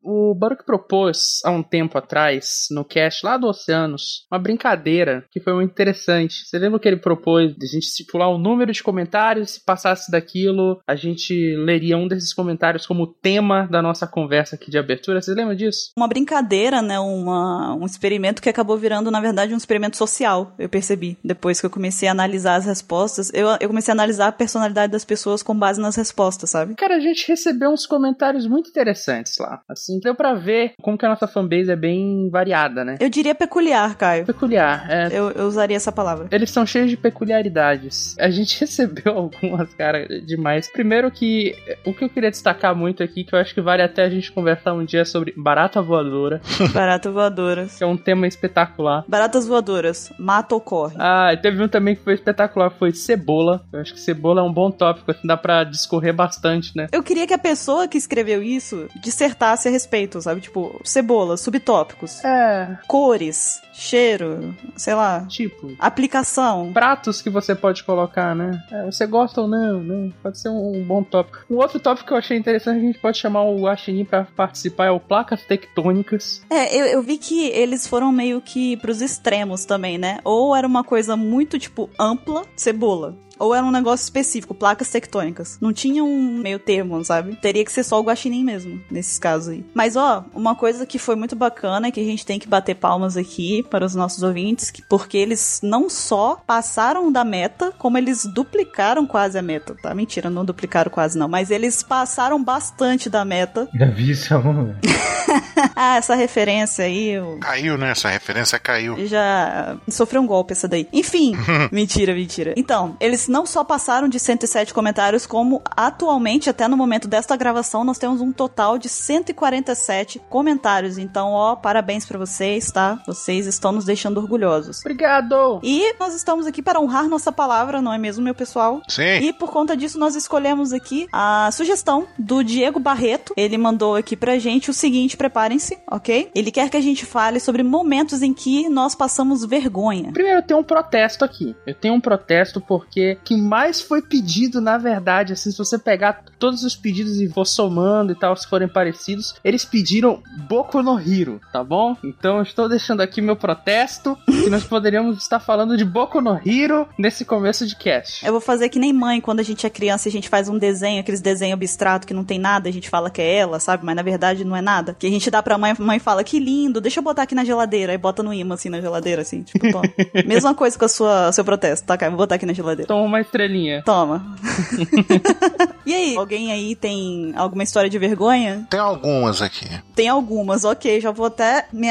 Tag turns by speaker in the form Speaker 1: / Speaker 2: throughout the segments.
Speaker 1: O Baruch propôs, há um tempo atrás, no cast lá do Oceanos, uma brincadeira que foi muito interessante. Você lembra que ele propôs de a gente estipular o um número de comentários? Se passasse daquilo, a gente leria um desses comentários como tema da nossa conversa aqui de abertura. Vocês lembram disso?
Speaker 2: Uma brincadeira, né? Uma, um experimento que acabou virando, na verdade, um experimento social, eu percebi. Depois que eu comecei a analisar as respostas, eu, eu comecei a analisar a personalidade das pessoas com base nas respostas, sabe?
Speaker 1: Cara, a gente recebeu uns comentários muito interessantes lá. Assim, assim, deu para ver como que a nossa fanbase é bem variada, né?
Speaker 2: Eu diria peculiar, Caio.
Speaker 1: Peculiar, é.
Speaker 2: Eu, eu usaria essa palavra.
Speaker 1: Eles são cheios de peculiaridades. A gente recebeu algumas, cara, demais. Primeiro que o que eu queria destacar muito aqui, que eu acho que vale até a gente conversar um dia sobre barata voadora.
Speaker 2: barata voadoras.
Speaker 1: Que é um tema espetacular.
Speaker 2: Baratas voadoras, mata ou corre.
Speaker 1: Ah, teve um também que foi espetacular, foi cebola. Eu acho que cebola é um bom tópico, assim, dá pra discorrer bastante, né?
Speaker 2: Eu queria que a pessoa que escreveu isso dissertasse a respeito, sabe? Tipo, cebola, subtópicos.
Speaker 1: É.
Speaker 2: Cores, cheiro, sei lá.
Speaker 1: Tipo.
Speaker 2: Aplicação.
Speaker 1: Pratos que você pode colocar, né? É, você gosta ou não, né? Pode ser um, um, bom tópico. Um outro tópico que eu achei interessante, a gente pode chamar o Guaxinim pra participar, é o placas tectônicas.
Speaker 2: É, eu, eu, vi que eles foram meio que pros extremos também, né? Ou era uma coisa muito, tipo, ampla, cebola. Ou era um negócio específico, placas tectônicas. Não tinha um meio termo, sabe? Teria que ser só o guaxinim mesmo, nesses casos aí. Mas, ó, uma coisa que foi muito bacana é que a gente tem que bater palmas aqui para os nossos ouvintes, porque eles não só passaram da meta, como eles duplicaram quase a meta, tá? Mentira, não duplicaram quase não, mas eles passaram bastante da meta.
Speaker 3: Já vi isso é um- algum
Speaker 2: Ah, essa referência aí... Eu...
Speaker 4: Caiu, né? Essa referência caiu.
Speaker 2: Já sofreu um golpe essa daí. Enfim, mentira, mentira. Então, eles não só passaram de 107 comentários, como atualmente, até no momento desta gravação, nós temos um total de 147 comentários. Então, ó, parabéns para vocês, tá? Vocês estão nos deixando orgulhosos.
Speaker 1: Obrigado!
Speaker 2: E nós estamos aqui para honrar nossa palavra, não é mesmo, meu pessoal?
Speaker 4: Sim.
Speaker 2: E por conta disso, nós escolhemos aqui a sugestão do Diego Barreto. Ele mandou aqui pra gente o seguinte: preparem-se, ok? Ele quer que a gente fale sobre momentos em que nós passamos vergonha.
Speaker 1: Primeiro, eu tenho um protesto aqui. Eu tenho um protesto porque que mais foi pedido, na verdade, assim, se você pegar todos os pedidos e for somando e tal, se forem parecidos, eles pediram Boku no Hiro, tá bom? Então, estou deixando aqui meu protesto que nós poderíamos estar falando de Boku no Hiro nesse começo de cast.
Speaker 2: Eu vou fazer que nem mãe, quando a gente é criança, a gente faz um desenho, aqueles desenhos abstrato que não tem nada, a gente fala que é ela, sabe? Mas na verdade não é nada. Que a gente dá pra mãe, mãe fala, que lindo, deixa eu botar aqui na geladeira. Aí bota no imã, assim, na geladeira, assim, tipo, toma. Mesma coisa com a sua, seu protesto, tá, cara? Vou botar aqui na geladeira.
Speaker 1: Toma Então, uma estrelinha.
Speaker 2: Toma. e aí, alguém aí tem alguma história de vergonha?
Speaker 4: Tem algumas aqui.
Speaker 2: Tem algumas, ok, já vou até me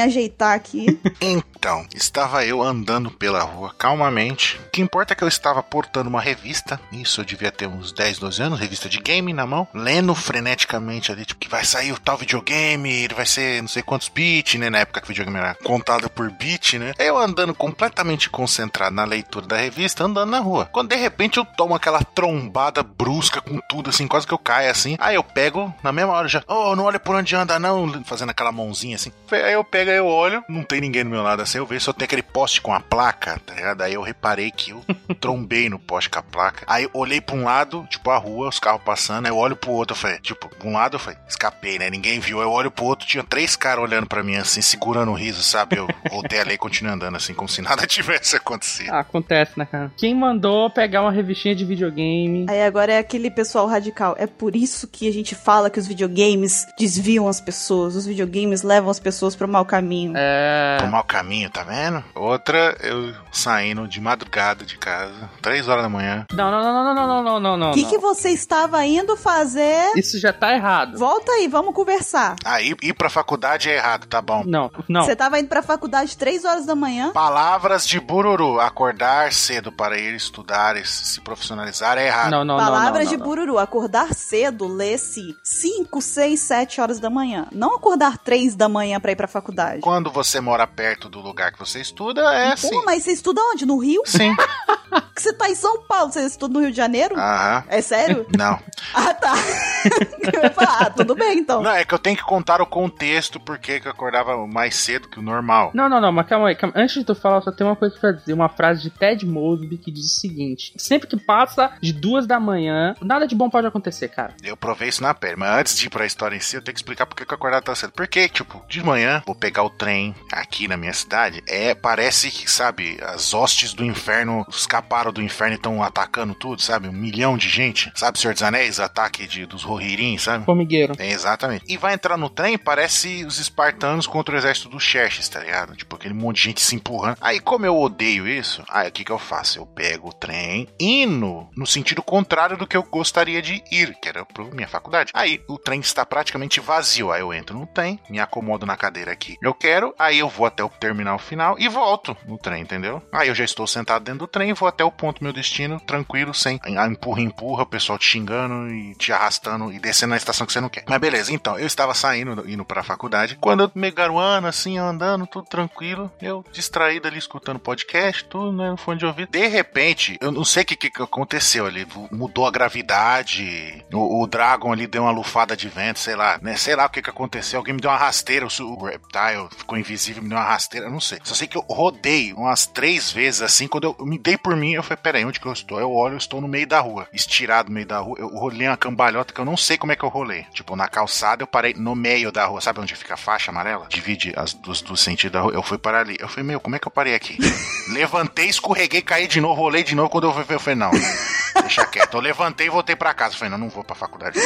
Speaker 2: ajeitar aqui.
Speaker 4: então, estava eu andando pela rua calmamente. O que importa é que eu estava portando uma revista. Isso eu devia ter uns 10, 12 anos, revista de game na mão, lendo freneticamente ali, tipo, que vai sair o tal videogame, ele vai ser não sei quantos bits, né? Na época que o videogame era contado por bit, né? Eu andando completamente concentrado na leitura da revista, andando na rua. Quando de repente eu tomo aquela trombada brusca com tudo, assim, quase que eu caio assim. Aí eu pego, na mesma hora já, oh, não olha por onde anda, não, fazendo aquela mãozinha assim. Aí eu pego, aí eu olho, não tem ninguém do meu lado assim, eu vejo só tem aquele poste com a placa, tá ligado? Aí eu reparei que eu trombei no poste com a placa. Aí eu olhei pra um lado, tipo a rua, os carros passando, aí eu olho pro outro, eu falei, tipo, pra um lado eu falei, escapei, né? Ninguém viu. Aí eu olho pro outro, tinha três caras olhando pra mim assim, segurando o riso, sabe? Eu voltei ali e continuei andando assim, como se nada tivesse acontecido.
Speaker 1: Ah, acontece, né, cara? Quem mandou pegar uma revistinha de videogame?
Speaker 2: Aí agora é aquele pessoal radical. É por isso que a gente fala que os videogames desviam as pessoas, os videogames levam as pessoas pro mau caminho.
Speaker 1: É.
Speaker 4: Pro mau caminho, tá vendo? Outra, eu saindo de madrugada de casa, três horas da manhã.
Speaker 1: Não, não, não, não, não, não, não, não.
Speaker 2: O que, que você estava indo fazer?
Speaker 1: Isso já tá errado.
Speaker 2: Volta aí, vamos conversar.
Speaker 4: Aí, ir pra faculdade é errado, tá bom.
Speaker 1: Não, não.
Speaker 2: Você tava indo pra faculdade três horas da manhã?
Speaker 4: Palavras de Bururu. Acordar cedo para ir estudar e se profissionalizar é errado.
Speaker 1: Não, não,
Speaker 2: Palavras
Speaker 1: não,
Speaker 2: de
Speaker 1: não,
Speaker 2: Bururu. Acordar cedo, lê-se 5, 6, 7 horas da manhã. Não acordar 3 da manhã pra ir pra faculdade. Então,
Speaker 4: Quando você mora perto do lugar que você estuda, é assim.
Speaker 2: Pô, mas você estuda onde? No Rio?
Speaker 4: Sim.
Speaker 2: que você tá em São Paulo, você estuda no Rio de Janeiro?
Speaker 4: Aham.
Speaker 2: É sério?
Speaker 4: Não.
Speaker 2: ah, tá. eu ia falar, ah, tudo bem então.
Speaker 4: Não, é que eu tenho que contar o contexto porque que eu acordava mais cedo que o normal.
Speaker 1: Não, não, não, mas calma aí. calma. Antes de tu falar, só tem uma coisa pra dizer. Uma frase de Ted Mosby que diz o seguinte: Sempre que passa de duas da manhã, nada de bom pode acontecer, cara.
Speaker 4: Eu provei isso na pele, mas antes de ir pra história em si, eu tenho que explicar por que que eu acordava tão cedo. Porque, tipo, de manhã, vou pegar o trem aqui na minha cidade, é, parece que, sabe, as hostes do inferno escaparam do inferno e estão atacando tudo, sabe? Um milhão de gente, sabe, Senhor dos Anéis, ataque de, dos Rohirrim, sabe?
Speaker 1: Formigueiro.
Speaker 4: É, exatamente. E vai entrar no trem, parece os espartanos contra o exército do Xerxes, tá ligado? Tipo, aquele monte de gente se empurrando. Aí, como eu odeio isso, aí o que, que eu faço? Eu pego o trem, indo no sentido contrário do que eu gostaria de ir, que era pra minha faculdade. Aí, o trem está praticamente vazio. Aí eu entro no trem, me acomodo na cadeira aqui. Eu quero, aí eu vou até o terminal final e volto no trem, entendeu? Aí eu já estou sentado dentro do trem e vou até o ponto do meu destino, tranquilo, sem empurra, empurra, o pessoal te xingando e te arrastando e descendo na estação que você não quer. Mas beleza, então, eu estava saindo, indo pra faculdade, quando eu me garuando, assim, andando, tudo tranquilo, eu distraído ali, escutando podcast, tudo, né, no fone de ouvido. De repente, eu não sei o que, que que aconteceu ali, mudou a gravidade, o, o Dragon ali deu uma lufada de vento, sei lá, né, sei lá o que que aconteceu, alguém me deu uma rasteira, o, su- o Reptile ficou invisível, me deu uma rasteira, eu não sei. Só sei que eu rodei umas três vezes, assim, quando eu eu me dei por mim, eu falei, peraí, onde que eu estou? Eu olho, eu estou no meio da rua, estirado no meio da rua, eu rolei uma cambalhota que eu não sei como é que eu rolei. Tipo, na calçada eu parei no meio da rua, sabe onde fica a faixa amarela? Divide as duas do sentido da rua, eu fui parar ali. Eu falei, meu, como é que eu parei aqui? Levantei, escorreguei, caí de novo, rolei de novo, quando eu fui ver, eu falei, não, deixa quieto. Eu levantei e voltei pra casa, eu falei, não, não vou pra faculdade.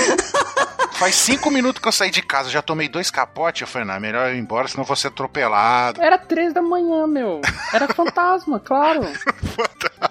Speaker 4: Faz cinco minutos que eu saí de casa, já tomei dois capotes, eu falei, não, é melhor eu ir embora, senão eu vou ser atropelado.
Speaker 1: Era três da manhã, meu. Era fantasma, claro.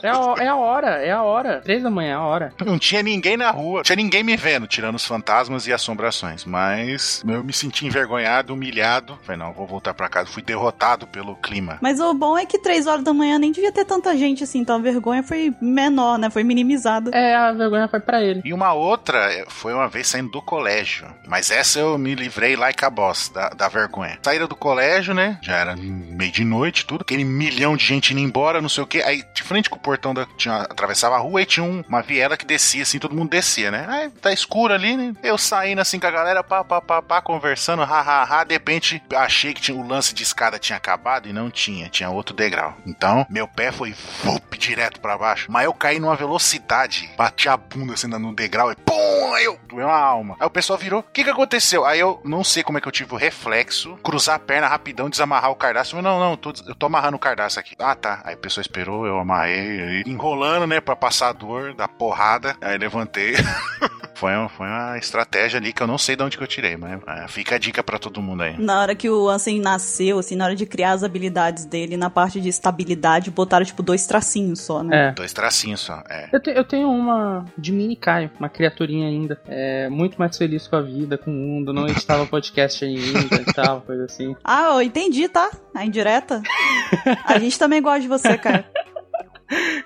Speaker 1: É a, ho- é a hora, é a hora. Três da manhã é a hora.
Speaker 4: Não tinha ninguém na rua, não tinha ninguém me vendo, tirando os fantasmas e assombrações. Mas eu me senti envergonhado, humilhado. Falei, não, vou voltar pra casa. Fui derrotado pelo clima.
Speaker 2: Mas o bom é que três horas da manhã nem devia ter tanta gente assim, então a vergonha foi menor, né? Foi minimizada.
Speaker 1: É, a vergonha foi pra ele.
Speaker 4: E uma outra eh, foi uma vez saindo do colégio. Mas essa eu me livrei like a boss, da, da vergonha. Saíram do colégio, né? Já era meio de noite, tudo. Aquele milhão de gente indo embora, não sei o quê. Aí, de frente com o portão, da, tinha, atravessava a rua e tinha um- uma viela que descia, assim, todo mundo descia, né? Aí tá escuro ali, né? Eu saindo assim com a galera, pá, pá, pá, pá, conversando, ha, ha, ha. De repente, achei que tinha, o lance de escada tinha acabado e não tinha, tinha outro degrau. Então, meu pé foi vup, direto pra baixo. Mas eu caí numa velocidade, bati a bunda assim no degrau e pum, aí eu doeu a alma. Aí o pessoal virou, o que que aconteceu? Aí eu não sei como é que eu tive o reflexo, cruzar a perna rapidão, desamarrar o cardaço. Eu falei, não, não, eu tô, des- eu tô amarrando o cardaço aqui. Ah, tá. Aí a pessoa esperou, eu amarrei, aí enrolando, né, pra passar a dor da porrada. Aí levantei. Foi uma, foi uma estratégia ali que eu não sei de onde que eu tirei, mas ah, fica a dica pra todo mundo aí.
Speaker 2: Na hora que o Ansem nasceu, assim, na hora de criar as habilidades dele, na parte de estabilidade, botaram, tipo, dois tracinhos só, né?
Speaker 1: É.
Speaker 4: Dois tracinhos só, é.
Speaker 1: Eu, te- eu tenho uma de mini Caio, uma criaturinha ainda. É muito mais feliz com a vida, com o mundo. Não editava podcast ainda e tal, coisa assim.
Speaker 2: Ah, eu entendi, tá? A indireta. A gente também gosta de você, cara.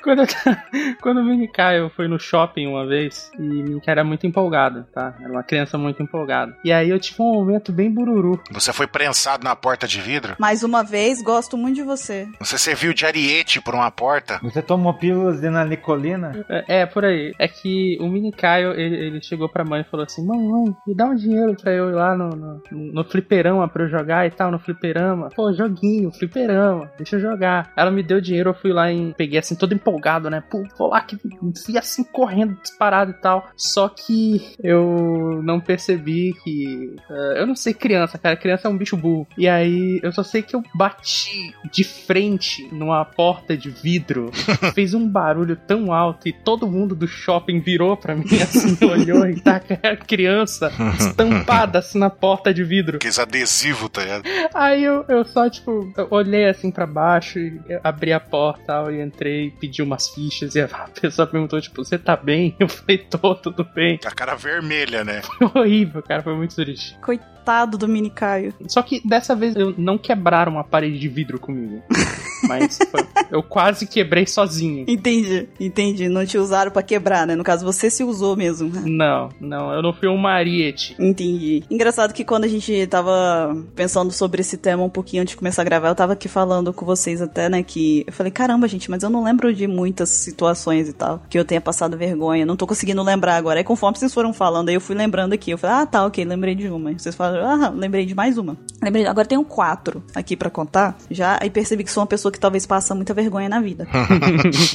Speaker 1: Quando, eu ta- quando o mini Caio foi no shopping uma vez, e o mini Caio era muito empolgado, tá? Era uma criança muito empolgada. E aí eu tive um momento bem bururu.
Speaker 4: Você foi prensado na porta de vidro?
Speaker 2: Mais uma vez, gosto muito de você.
Speaker 4: Você serviu de ariete por uma porta?
Speaker 3: Você tomou pílulas de nanicolina?
Speaker 1: É, é, por aí. É que o mini Caio, ele, ele chegou pra mãe e falou assim: Mãe, mãe, me dá um dinheiro pra eu ir lá no, no, no fliperama pra eu jogar e tal, no fliperama. Pô, joguinho, fliperama, deixa eu jogar. Ela me deu dinheiro, eu fui lá e peguei assim, todo empolgado, né? Pô, vou lá que fui assim correndo, disparado e tal. Só que eu não percebi que. eh, eu não sei criança, cara. Criança é um bicho burro. E aí eu só sei que eu bati de frente numa porta de vidro fez um barulho tão alto e todo mundo do shopping virou pra mim assim, olhou e tá a criança estampada assim na porta de vidro.
Speaker 4: Aqueles adesivos, tá ligado?
Speaker 1: Aí eu, eu só, tipo, eu olhei assim pra baixo e eu abri a porta tal, e entrei, pedi umas fichas e a pessoa perguntou, tipo, você tá bem? Eu falei, tô, tudo bem.
Speaker 4: A cara vermelha, né?
Speaker 1: Foi horrível, cara, foi muito triste.
Speaker 2: Coitado do Tá, mini Caio.
Speaker 1: Só que dessa vez eu não quebraram a parede de vidro comigo. Mas foi- eu quase quebrei sozinho.
Speaker 2: Entendi, entendi. Não te usaram pra quebrar, né? No caso, você se usou mesmo. né?
Speaker 1: Não, não, eu não fui um mariete.
Speaker 2: Entendi. Engraçado que quando a gente tava pensando sobre esse tema um pouquinho antes de começar a gravar, eu tava aqui falando com vocês até, né, que eu falei, caramba, gente, mas eu não lembro de muitas situações e tal, que eu tenha passado vergonha, não tô conseguindo lembrar agora. Aí conforme vocês foram falando, aí eu fui lembrando aqui, eu falei, ah, tá, ok, lembrei de uma. Aí Vocês falaram, ah, lembrei de mais uma. Lembrei, agora tenho quatro aqui pra contar, já, aí percebi que sou uma pessoa que talvez passa muita vergonha na vida.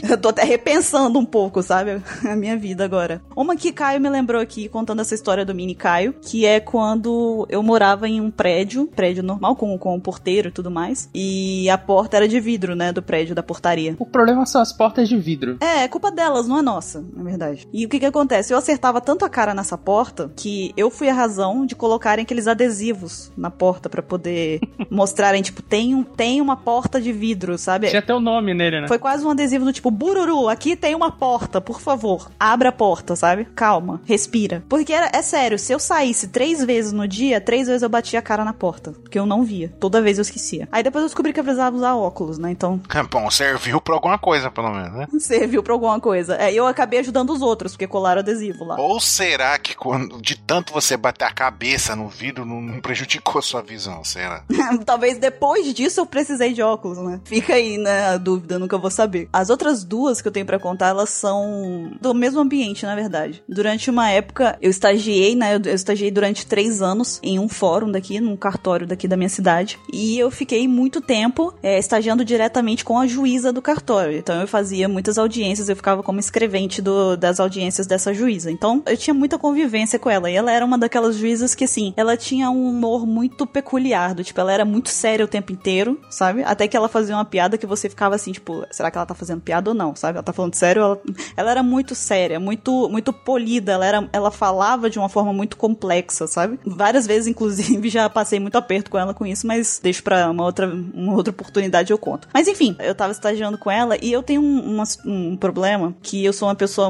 Speaker 2: Eu tô até repensando um pouco, sabe? A minha vida agora. Uma que Caio me lembrou aqui, contando essa história do mini Caio, que é quando eu morava em um prédio, prédio normal, com, com um porteiro e tudo mais, e a porta era de vidro, né, do prédio, da portaria.
Speaker 1: O problema são as portas de vidro.
Speaker 2: É, é culpa delas, não é nossa, na verdade. E o que que acontece? Eu acertava tanto a cara nessa porta que eu fui a razão de colocarem aqueles adesivos na porta pra poder mostrarem, tipo, tem, um, tem uma porta de vidro, sabe?
Speaker 1: Tinha até o nome nele, né?
Speaker 2: Foi quase um adesivo do tipo, Bururu, aqui tem uma porta, por favor, abra a porta, sabe? Calma, respira. Porque era, é sério, se eu saísse três vezes no dia, três vezes eu batia a cara na porta, porque eu não via. Toda vez eu esquecia. Aí depois eu descobri que eu precisava usar óculos, né? Então,
Speaker 4: É Bom, serviu pra alguma coisa, pelo menos, né?
Speaker 2: serviu pra alguma coisa. É, eu acabei ajudando os outros, porque colaram adesivo lá.
Speaker 4: Ou será que quando, de tanto você bater a cabeça no vidro não, não prejudicou sua visão, será?
Speaker 2: Talvez depois disso eu precisei de óculos, né? Fica aí né, a dúvida, nunca vou saber. As outras duas que eu tenho pra contar, elas são do mesmo ambiente, na verdade. Durante uma época, eu estagiei, né? Eu eu estagiei durante três anos em um fórum daqui, num cartório daqui da minha cidade. E eu fiquei muito tempo eh, estagiando diretamente com a juíza do cartório. Então eu fazia muitas audiências, eu ficava como escrevente do- das audiências dessa juíza. Então eu tinha muita convivência com ela. E ela era uma daquelas juízas que, assim, ela tinha um humor muito peculiar. Do tipo, ela era muito séria o tempo inteiro, sabe? Até que ela fazia uma piada que você ficava assim, tipo, será que ela tá fazendo piada ou não, sabe? Ela tá falando sério, ela, ela era muito séria, muito muito polida, ela, era, ela falava de uma forma muito complexa, sabe? Várias vezes, inclusive, já passei muito aperto com ela com isso, mas deixo pra uma outra, uma outra oportunidade eu conto. Mas enfim, eu tava estagiando com ela e eu tenho um, uma- um problema que eu sou uma pessoa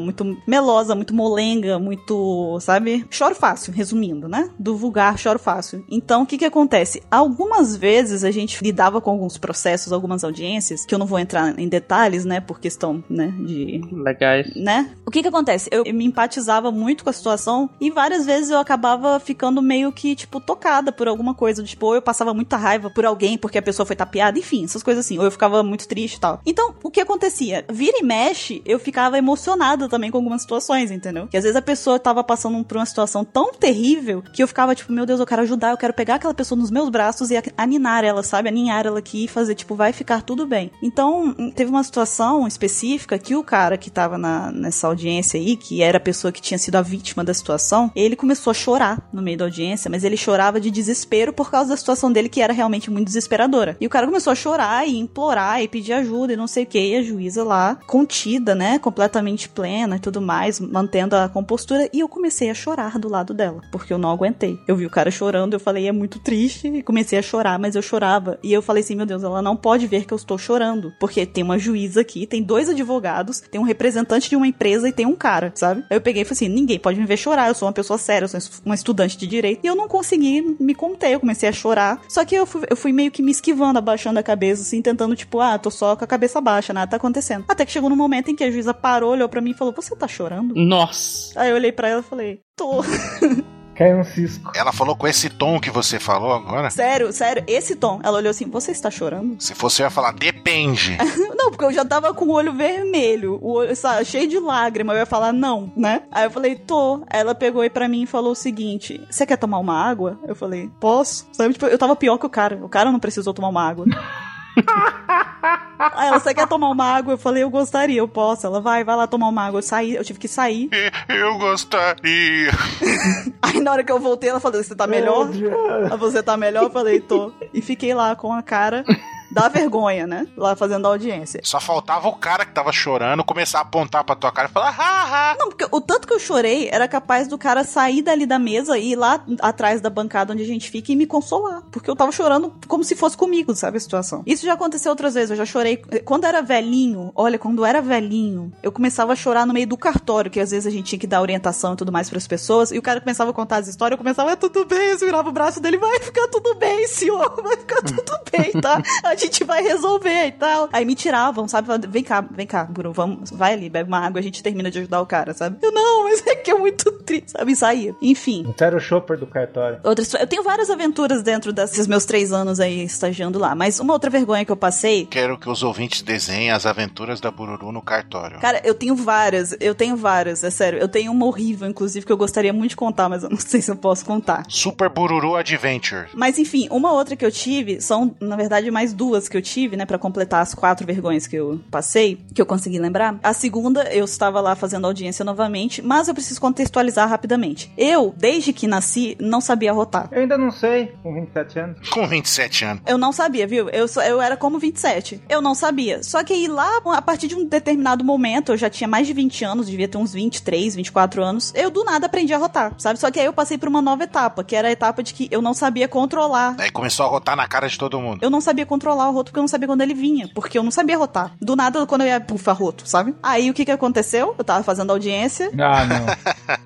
Speaker 2: muito, muito melosa, muito molenga, muito, sabe? Choro fácil, resumindo, né? Do vulgar choro fácil. Então, o que que acontece? Algumas vezes a gente lidava com alguns processos, algumas audiências, que eu não vou entrar em detalhes, né? Por questão, né? De
Speaker 1: Legais.
Speaker 2: né? O que que acontece? Eu me empatizava muito com a situação e várias vezes eu acabava ficando meio que, tipo, tocada por alguma coisa. Tipo, ou eu passava muita raiva por alguém porque a pessoa foi tapeada, enfim, essas coisas assim. Ou eu ficava muito triste e tal. Então, o que acontecia? Vira e mexe, eu ficava emocionada também com algumas situações, entendeu? Que às vezes a pessoa tava passando por uma situação tão terrível que eu ficava, tipo, meu Deus, eu quero ajudar, eu quero pegar aquela pessoa nos meus braços e aninar ela, sabe? Aninhar ela aqui e fazer, tipo, vai ficar tudo bem. Então, teve uma situação específica que o cara que tava na, nessa audiência aí, que era a pessoa que tinha sido a vítima da situação, ele começou a chorar no meio da audiência, mas ele chorava de desespero por causa da situação dele, que era realmente muito desesperadora. E o cara começou a chorar e implorar e pedir ajuda e não sei o que, e a juíza lá, contida, né, completamente plena e tudo mais, mantendo a compostura, e eu comecei a chorar do lado dela, porque eu não aguentei. Eu vi o cara chorando, eu falei, é muito triste, e comecei a chorar, mas eu chorava. E eu falei assim, meu Deus, ela não pode ver que eu estou chorando, porque tem uma juíza aqui, tem dois advogados, tem um representante de uma empresa e tem um cara, sabe? Aí eu peguei e falei assim, ninguém pode me ver chorar, eu sou uma pessoa séria, eu sou uma estudante de direito, e eu não consegui me conter, eu comecei a chorar. Só que eu fui, eu fui meio que me esquivando, abaixando a cabeça, assim, tentando, tipo, ah, tô só com a cabeça baixa, nada tá acontecendo. Até que chegou num momento em que a juíza parou, olhou pra mim e falou, você tá chorando?
Speaker 1: Nossa.
Speaker 2: Aí eu olhei pra ela e falei, tô.
Speaker 3: Caiu um cisco.
Speaker 4: Ela falou com esse tom que você falou agora?
Speaker 2: Sério, sério, esse tom. Ela olhou assim, você está chorando?
Speaker 4: Se fosse eu ia falar, depende.
Speaker 2: Não, porque eu já tava com o olho vermelho, o olho sabe, cheio de lágrima. Eu ia falar, não, né? Aí eu falei, tô. Aí Ela pegou aí pra mim e falou o seguinte: Você quer tomar uma água? Eu falei, posso? Sabe? Tipo, eu tava pior que o cara. O cara não precisou tomar uma água. Aí ela, você quer tomar uma água? Eu falei, eu gostaria, eu posso. Ela, vai, vai lá tomar uma água. Eu saí, eu tive que sair.
Speaker 4: eu gostaria.
Speaker 2: Aí na hora que eu voltei, ela falou, você tá melhor? Ah, Você tá melhor? Eu falei, tô. E fiquei lá com a cara da vergonha, né? Lá fazendo a audiência.
Speaker 4: Só faltava o cara que tava chorando começar a apontar pra tua cara e falar, haha.
Speaker 2: Não, porque o tanto que eu chorei era capaz do cara sair dali da mesa e ir lá atrás da bancada onde a gente fica e me consolar. Porque eu tava chorando como se fosse comigo, sabe, a situação. Isso já aconteceu outras vezes, eu já chorei. Quando era velhinho, olha, quando era velhinho, eu começava a chorar no meio do cartório, que às vezes a gente tinha que dar orientação e tudo mais pras pessoas, e o cara começava a contar as histórias, eu começava, é tudo bem, eu segurava o braço dele, vai ficar tudo bem, senhor, vai ficar tudo bem, tá? A gente vai resolver e tal. Aí me tiravam, sabe? Falavam, Vem cá, vem cá, Guru, vamos, vai ali, bebe uma água, a gente termina de ajudar o cara, sabe? Eu não, mas é que é muito triste, sabe? E saía. Enfim.
Speaker 3: Você era o shopper do cartório.
Speaker 2: Outras, eu tenho várias aventuras dentro desses meus três anos aí estagiando lá, mas uma outra vergonha que eu passei.
Speaker 4: Quero que os ouvintes desenhem as aventuras da Bururu no cartório.
Speaker 2: Cara, eu tenho várias, eu tenho várias, é sério. Eu tenho uma horrível, inclusive, que eu gostaria muito de contar, mas eu não sei se eu posso contar.
Speaker 4: Super Bururu Adventure.
Speaker 2: Mas enfim, uma outra que eu tive, são na verdade mais duas que eu tive, né, Pra completar as quatro vergonhas que eu passei, que eu consegui lembrar. A segunda, eu estava lá fazendo audiência novamente, mas eu preciso contextualizar rapidamente. Eu, desde que nasci, não sabia rotar.
Speaker 3: Eu ainda não sei, com 27 anos.
Speaker 4: Com 27 anos.
Speaker 2: Eu não sabia, viu? Eu, só- eu era como 27. Eu não sabia. Só que aí lá, a partir de um determinado momento, eu já tinha mais de 20 anos, devia ter uns 23, 24 anos, eu do nada aprendi a rotar, sabe? Só que aí eu passei por uma nova etapa, que era a etapa de que eu não sabia controlar
Speaker 4: Aí começou a rotar na cara de todo mundo.
Speaker 2: Eu não sabia controlar o roto porque eu não sabia quando ele vinha, porque eu não sabia rotar. Do nada, quando eu ia, pufa, roto, sabe? Aí o que que aconteceu? Eu tava fazendo audiência.
Speaker 3: Ah, não.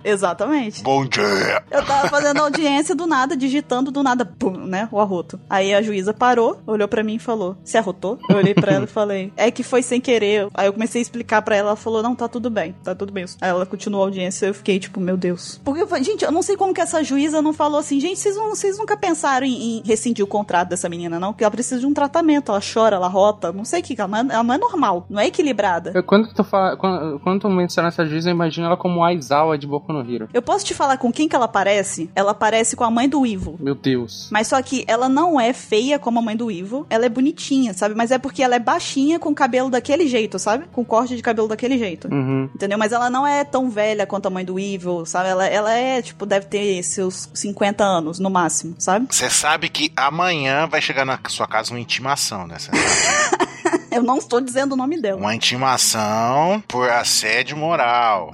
Speaker 2: Exatamente.
Speaker 4: Bom dia!
Speaker 2: Eu tava fazendo audiência do nada, digitando do nada, pum, né? O arroto. Aí a juíza parou, olhou pra mim e falou: "Você arrotou?" Eu olhei pra ela e falei: "É que foi sem querer". Aí eu comecei a explicar pra ela, ela falou: "Não, tá tudo bem. Tá tudo bem". Aí ela continuou a audiência, eu fiquei tipo, meu Deus. Porque eu falei, gente, eu não sei como que essa juíza não falou assim: "Gente, vocês não, vocês nunca pensaram em, em rescindir o contrato dessa menina não, porque ela precisa de um tratamento, ela chora, ela rota, não sei o que, que ela não é, ela não é normal, não é equilibrada".
Speaker 1: Eu- quando tu fala, quando, quando tu menciona essa juíza, eu imagino ela como a Aizawa de Boku no Hero.
Speaker 2: Eu posso te falar com quem que ela parece? Ela parece com a mãe do Ivo.
Speaker 1: Meu Deus.
Speaker 2: Mas só que ela não é feia como a mãe do Ivo. Ela é bonitinha, sabe? Mas é porque ela é baixinha com cabelo daquele jeito, sabe? Com corte de cabelo daquele jeito.
Speaker 1: Uhum.
Speaker 2: Entendeu? Mas ela não é tão velha quanto a mãe do Evil, sabe? Ela, ela é, tipo, deve ter seus 50 anos no máximo, sabe?
Speaker 4: Você sabe que amanhã vai chegar na sua casa uma intimação, né? Cê sabe?
Speaker 2: Eu não estou dizendo o nome dela.
Speaker 4: Uma intimação por assédio moral.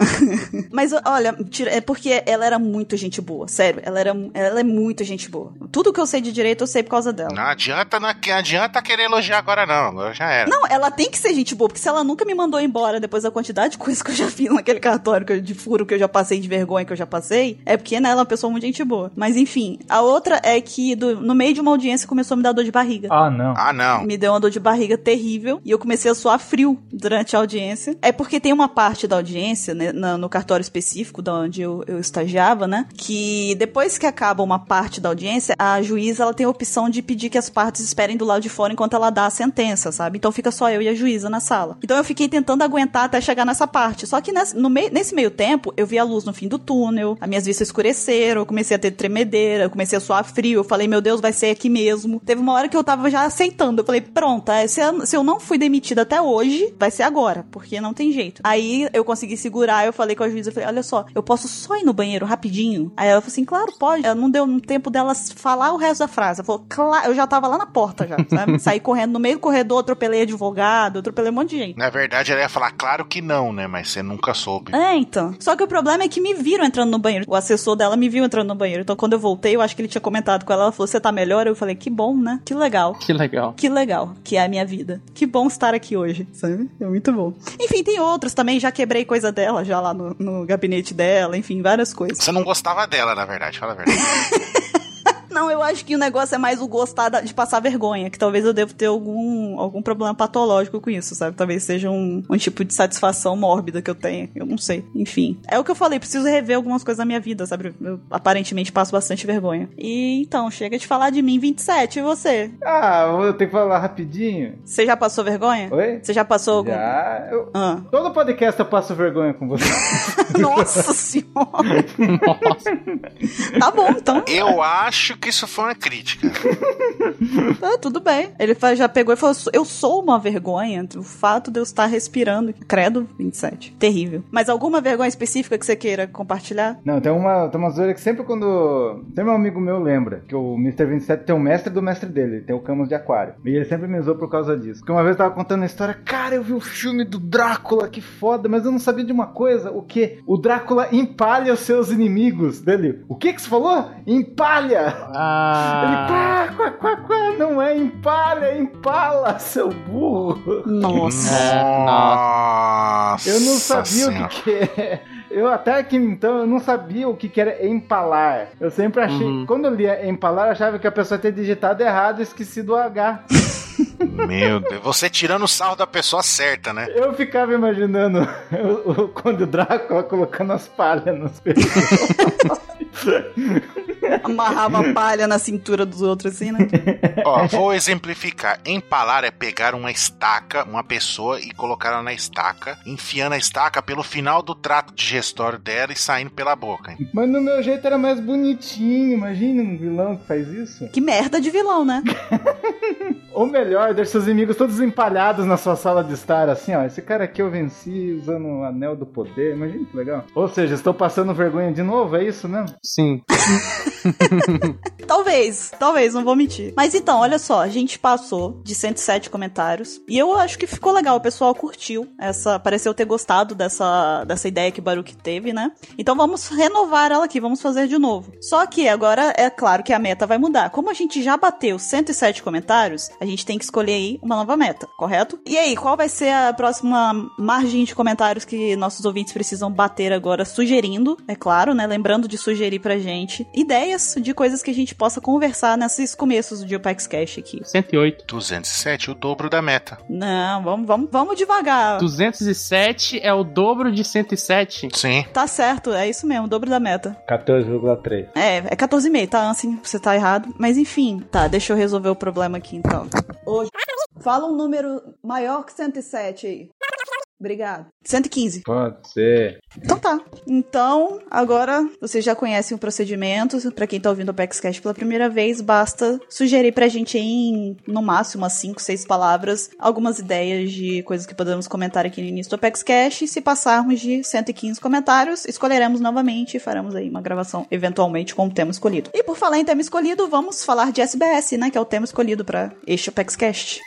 Speaker 2: Mas ó, olha, tira- é porque ela era muito gente boa, sério. Ela, era, mu- ela é muito gente boa. Tudo que eu sei de direito eu sei por causa dela.
Speaker 4: Não adianta, não é adianta querer elogiar agora, não. Agora já era.
Speaker 2: Não, ela tem que ser gente boa, porque se ela nunca me mandou embora depois da quantidade de coisa que eu já fiz naquele cartório que eu- de furo que eu já passei, de vergonha que eu já passei, é porque né, ela é uma pessoa muito gente boa. Mas enfim, a outra é que do- no meio de uma audiência começou a me dar dor de barriga.
Speaker 3: Ah, não.
Speaker 4: Ah, não.
Speaker 2: Me deu uma dor de barriga terrível e eu comecei a suar frio durante a audiência. É porque tem uma parte da audiência, né, na- no cartório específico da onde eu, eu estagiava, né? Que depois que acaba uma parte da audiência, a juíza ela tem a opção de pedir que as partes esperem do lado de fora enquanto ela dá a sentença, sabe? Então fica só eu e a juíza na sala. Então eu fiquei tentando aguentar até chegar nessa parte. Só que nessa- no mei- nesse meio tempo, eu vi a luz no fim do túnel, as minhas vistas escureceram, eu comecei a ter tremedeira, eu comecei a suar frio, eu falei, meu Deus, vai ser aqui mesmo. Teve uma hora que eu tava já aceitando, eu falei, pronto, é, se eu, se eu não fui demitida até hoje, vai ser agora, porque não tem jeito. Aí eu consegui segurar, eu falei com a juíza, eu falei, olha só, eu posso só ir no banheiro rapidinho? Aí ela falou assim, claro, pode. Ela não deu um tempo dela falar o resto da frase. Ela falou, claro, eu já tava lá na porta já, sabe? Saí correndo no meio do corredor, atropelei advogado, atropelei um monte de gente.
Speaker 4: Na verdade, ela ia falar, claro que não, né? Mas você nunca soube.
Speaker 2: É, então. Só que o problema é que me viram entrando no banheiro. O assessor dela me viu entrando no banheiro. Então, quando eu voltei, eu acho que ele tinha comentado com ela. Ela falou: Você tá melhor? Eu falei: Que bom, né? Que legal.
Speaker 1: Que legal.
Speaker 2: Que legal que é a minha vida. Que bom estar aqui hoje, sabe? É muito bom. Enfim, tem outros também. Já quebrei coisa dela, já lá no, no gabinete dela. Enfim, várias coisas.
Speaker 4: Você não gostava dela, na verdade, fala a verdade.
Speaker 2: Não, eu acho que o negócio é mais o gostar da- de passar vergonha. Que talvez eu devo ter algum, algum problema patológico com isso, sabe? Talvez seja um, um tipo de satisfação mórbida que eu tenha. Eu não sei. Enfim. É o que eu falei, preciso rever algumas coisas na minha vida, sabe? Eu aparentemente passo bastante vergonha. E então, chega de falar de mim, 27. E você?
Speaker 3: Ah, eu tenho que falar rapidinho.
Speaker 2: Você já passou vergonha?
Speaker 3: Oi?
Speaker 2: Você já passou algum.
Speaker 3: Já. eu-
Speaker 2: Ah.
Speaker 3: Todo podcast eu passo vergonha com você.
Speaker 2: Nossa senhora!
Speaker 1: Nossa.
Speaker 2: Tá bom, então.
Speaker 4: Eu acho que isso foi uma crítica.
Speaker 2: Tá, tudo bem. Ele fa- já pegou e falou: Eu sou uma vergonha. O fato de eu estar respirando. Credo, 27. Terrível. Mas alguma vergonha específica que você queira compartilhar?
Speaker 3: Não, tem uma, tem uma zoeira que sempre quando. Sempre um amigo meu lembra que o Mr. 27 tem o mestre do mestre dele, tem o Camus de Aquário. E ele sempre me zoou por causa disso. Porque uma vez eu tava contando a história, cara, eu vi o filme do Drácula, que foda, mas eu não sabia de uma coisa, o que? O Drácula empalha os seus inimigos dele. O que que você falou? Empalha! Ele,
Speaker 1: Ah.
Speaker 3: quá, quá, quá, quá, não é empalha, é empala, seu burro!
Speaker 2: Nossa.
Speaker 4: Nossa.
Speaker 3: Eu não sabia
Speaker 4: Senhora.
Speaker 3: o que, que é. Eu até que então eu não sabia o que, que era empalar. Eu sempre achei.
Speaker 1: Uhum.
Speaker 3: Quando eu lia empalar, eu achava que a pessoa tinha digitado errado e esquecido o H.
Speaker 4: Meu Deus, você tirando o sarro da pessoa certa, né?
Speaker 3: Eu ficava imaginando o, o Conde Drácula colocando as palhas nos peitos.
Speaker 2: Amarrava palha na cintura dos outros, assim, né?
Speaker 4: Ó, vou exemplificar. Empalar é pegar uma estaca, uma pessoa, e colocar ela na estaca, enfiando a estaca pelo final do trato digestório dela e saindo pela boca.
Speaker 3: Mas no meu jeito era mais bonitinho. Imagina um vilão que faz isso.
Speaker 2: Que merda de vilão, né?
Speaker 3: Ou melhor, deixa seus inimigos todos empalhados na sua sala de estar, assim, ó. Esse cara aqui eu venci usando o anel do poder. Imagina que legal. Ou seja, estou passando vergonha de novo, é isso mesmo?
Speaker 1: Sim.
Speaker 2: Talvez, talvez, não vou mentir. Mas então, olha só, a gente passou de 107 comentários. E eu acho que ficou legal, o pessoal curtiu. Essa, pareceu ter gostado dessa, dessa ideia que o Baruque teve, né? Então vamos renovar ela aqui, vamos fazer de novo. Só que agora é claro que a meta vai mudar. Como a gente já bateu 107 comentários, a gente tem que escolher aí uma nova meta, correto? E aí, qual vai ser a próxima margem de comentários que nossos ouvintes precisam bater agora, sugerindo, é claro, né? Lembrando de sugerir pra gente ideias de coisas que a gente possa conversar nesses começos de Opex Cash aqui.
Speaker 1: 108.
Speaker 4: 207, o dobro da meta.
Speaker 2: Não, vamos, vamos, vamos devagar.
Speaker 1: 207 é o dobro de 107.
Speaker 4: Sim.
Speaker 2: Tá certo, é isso mesmo, o dobro da meta.
Speaker 3: 14,3.
Speaker 2: É, é 14,5, tá, assim, você tá errado. Mas enfim, tá, deixa eu resolver o problema aqui então. Hoje. Fala um número maior que 107 aí. Obrigado. 115.
Speaker 3: Pode ser.
Speaker 2: Então tá. Então, agora vocês já conhecem o procedimento. Pra quem tá ouvindo o Paxcast pela primeira vez, basta sugerir pra gente em, no máximo, umas 5, 6 palavras, algumas ideias de coisas que podemos comentar aqui no início do Paxcast. E se passarmos de 115 comentários, escolheremos novamente e faremos aí uma gravação, eventualmente, com o tema escolhido. E por falar em tema escolhido, vamos falar de SBS, né? Que é o tema escolhido pra este Paxcast.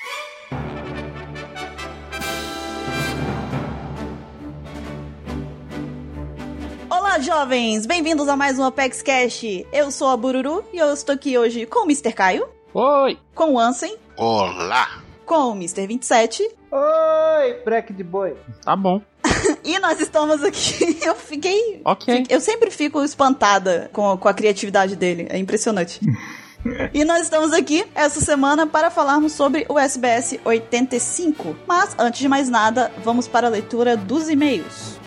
Speaker 2: Olá, jovens! Bem-vindos a mais um Apex Cash. Eu sou a Bururu e eu estou aqui hoje com o Mr. Caio,
Speaker 1: Oi!
Speaker 2: com o Ansem,
Speaker 4: Olá!
Speaker 2: com o Mr. 27
Speaker 3: Oi, breque de boi.
Speaker 1: Tá bom.
Speaker 2: e nós estamos aqui. Eu fiquei.
Speaker 1: Ok.
Speaker 2: Eu sempre fico espantada com, com a criatividade dele, é impressionante. E nós estamos aqui essa semana para falarmos sobre o SBS 85. Mas, antes de mais nada, vamos para a leitura dos e-mails.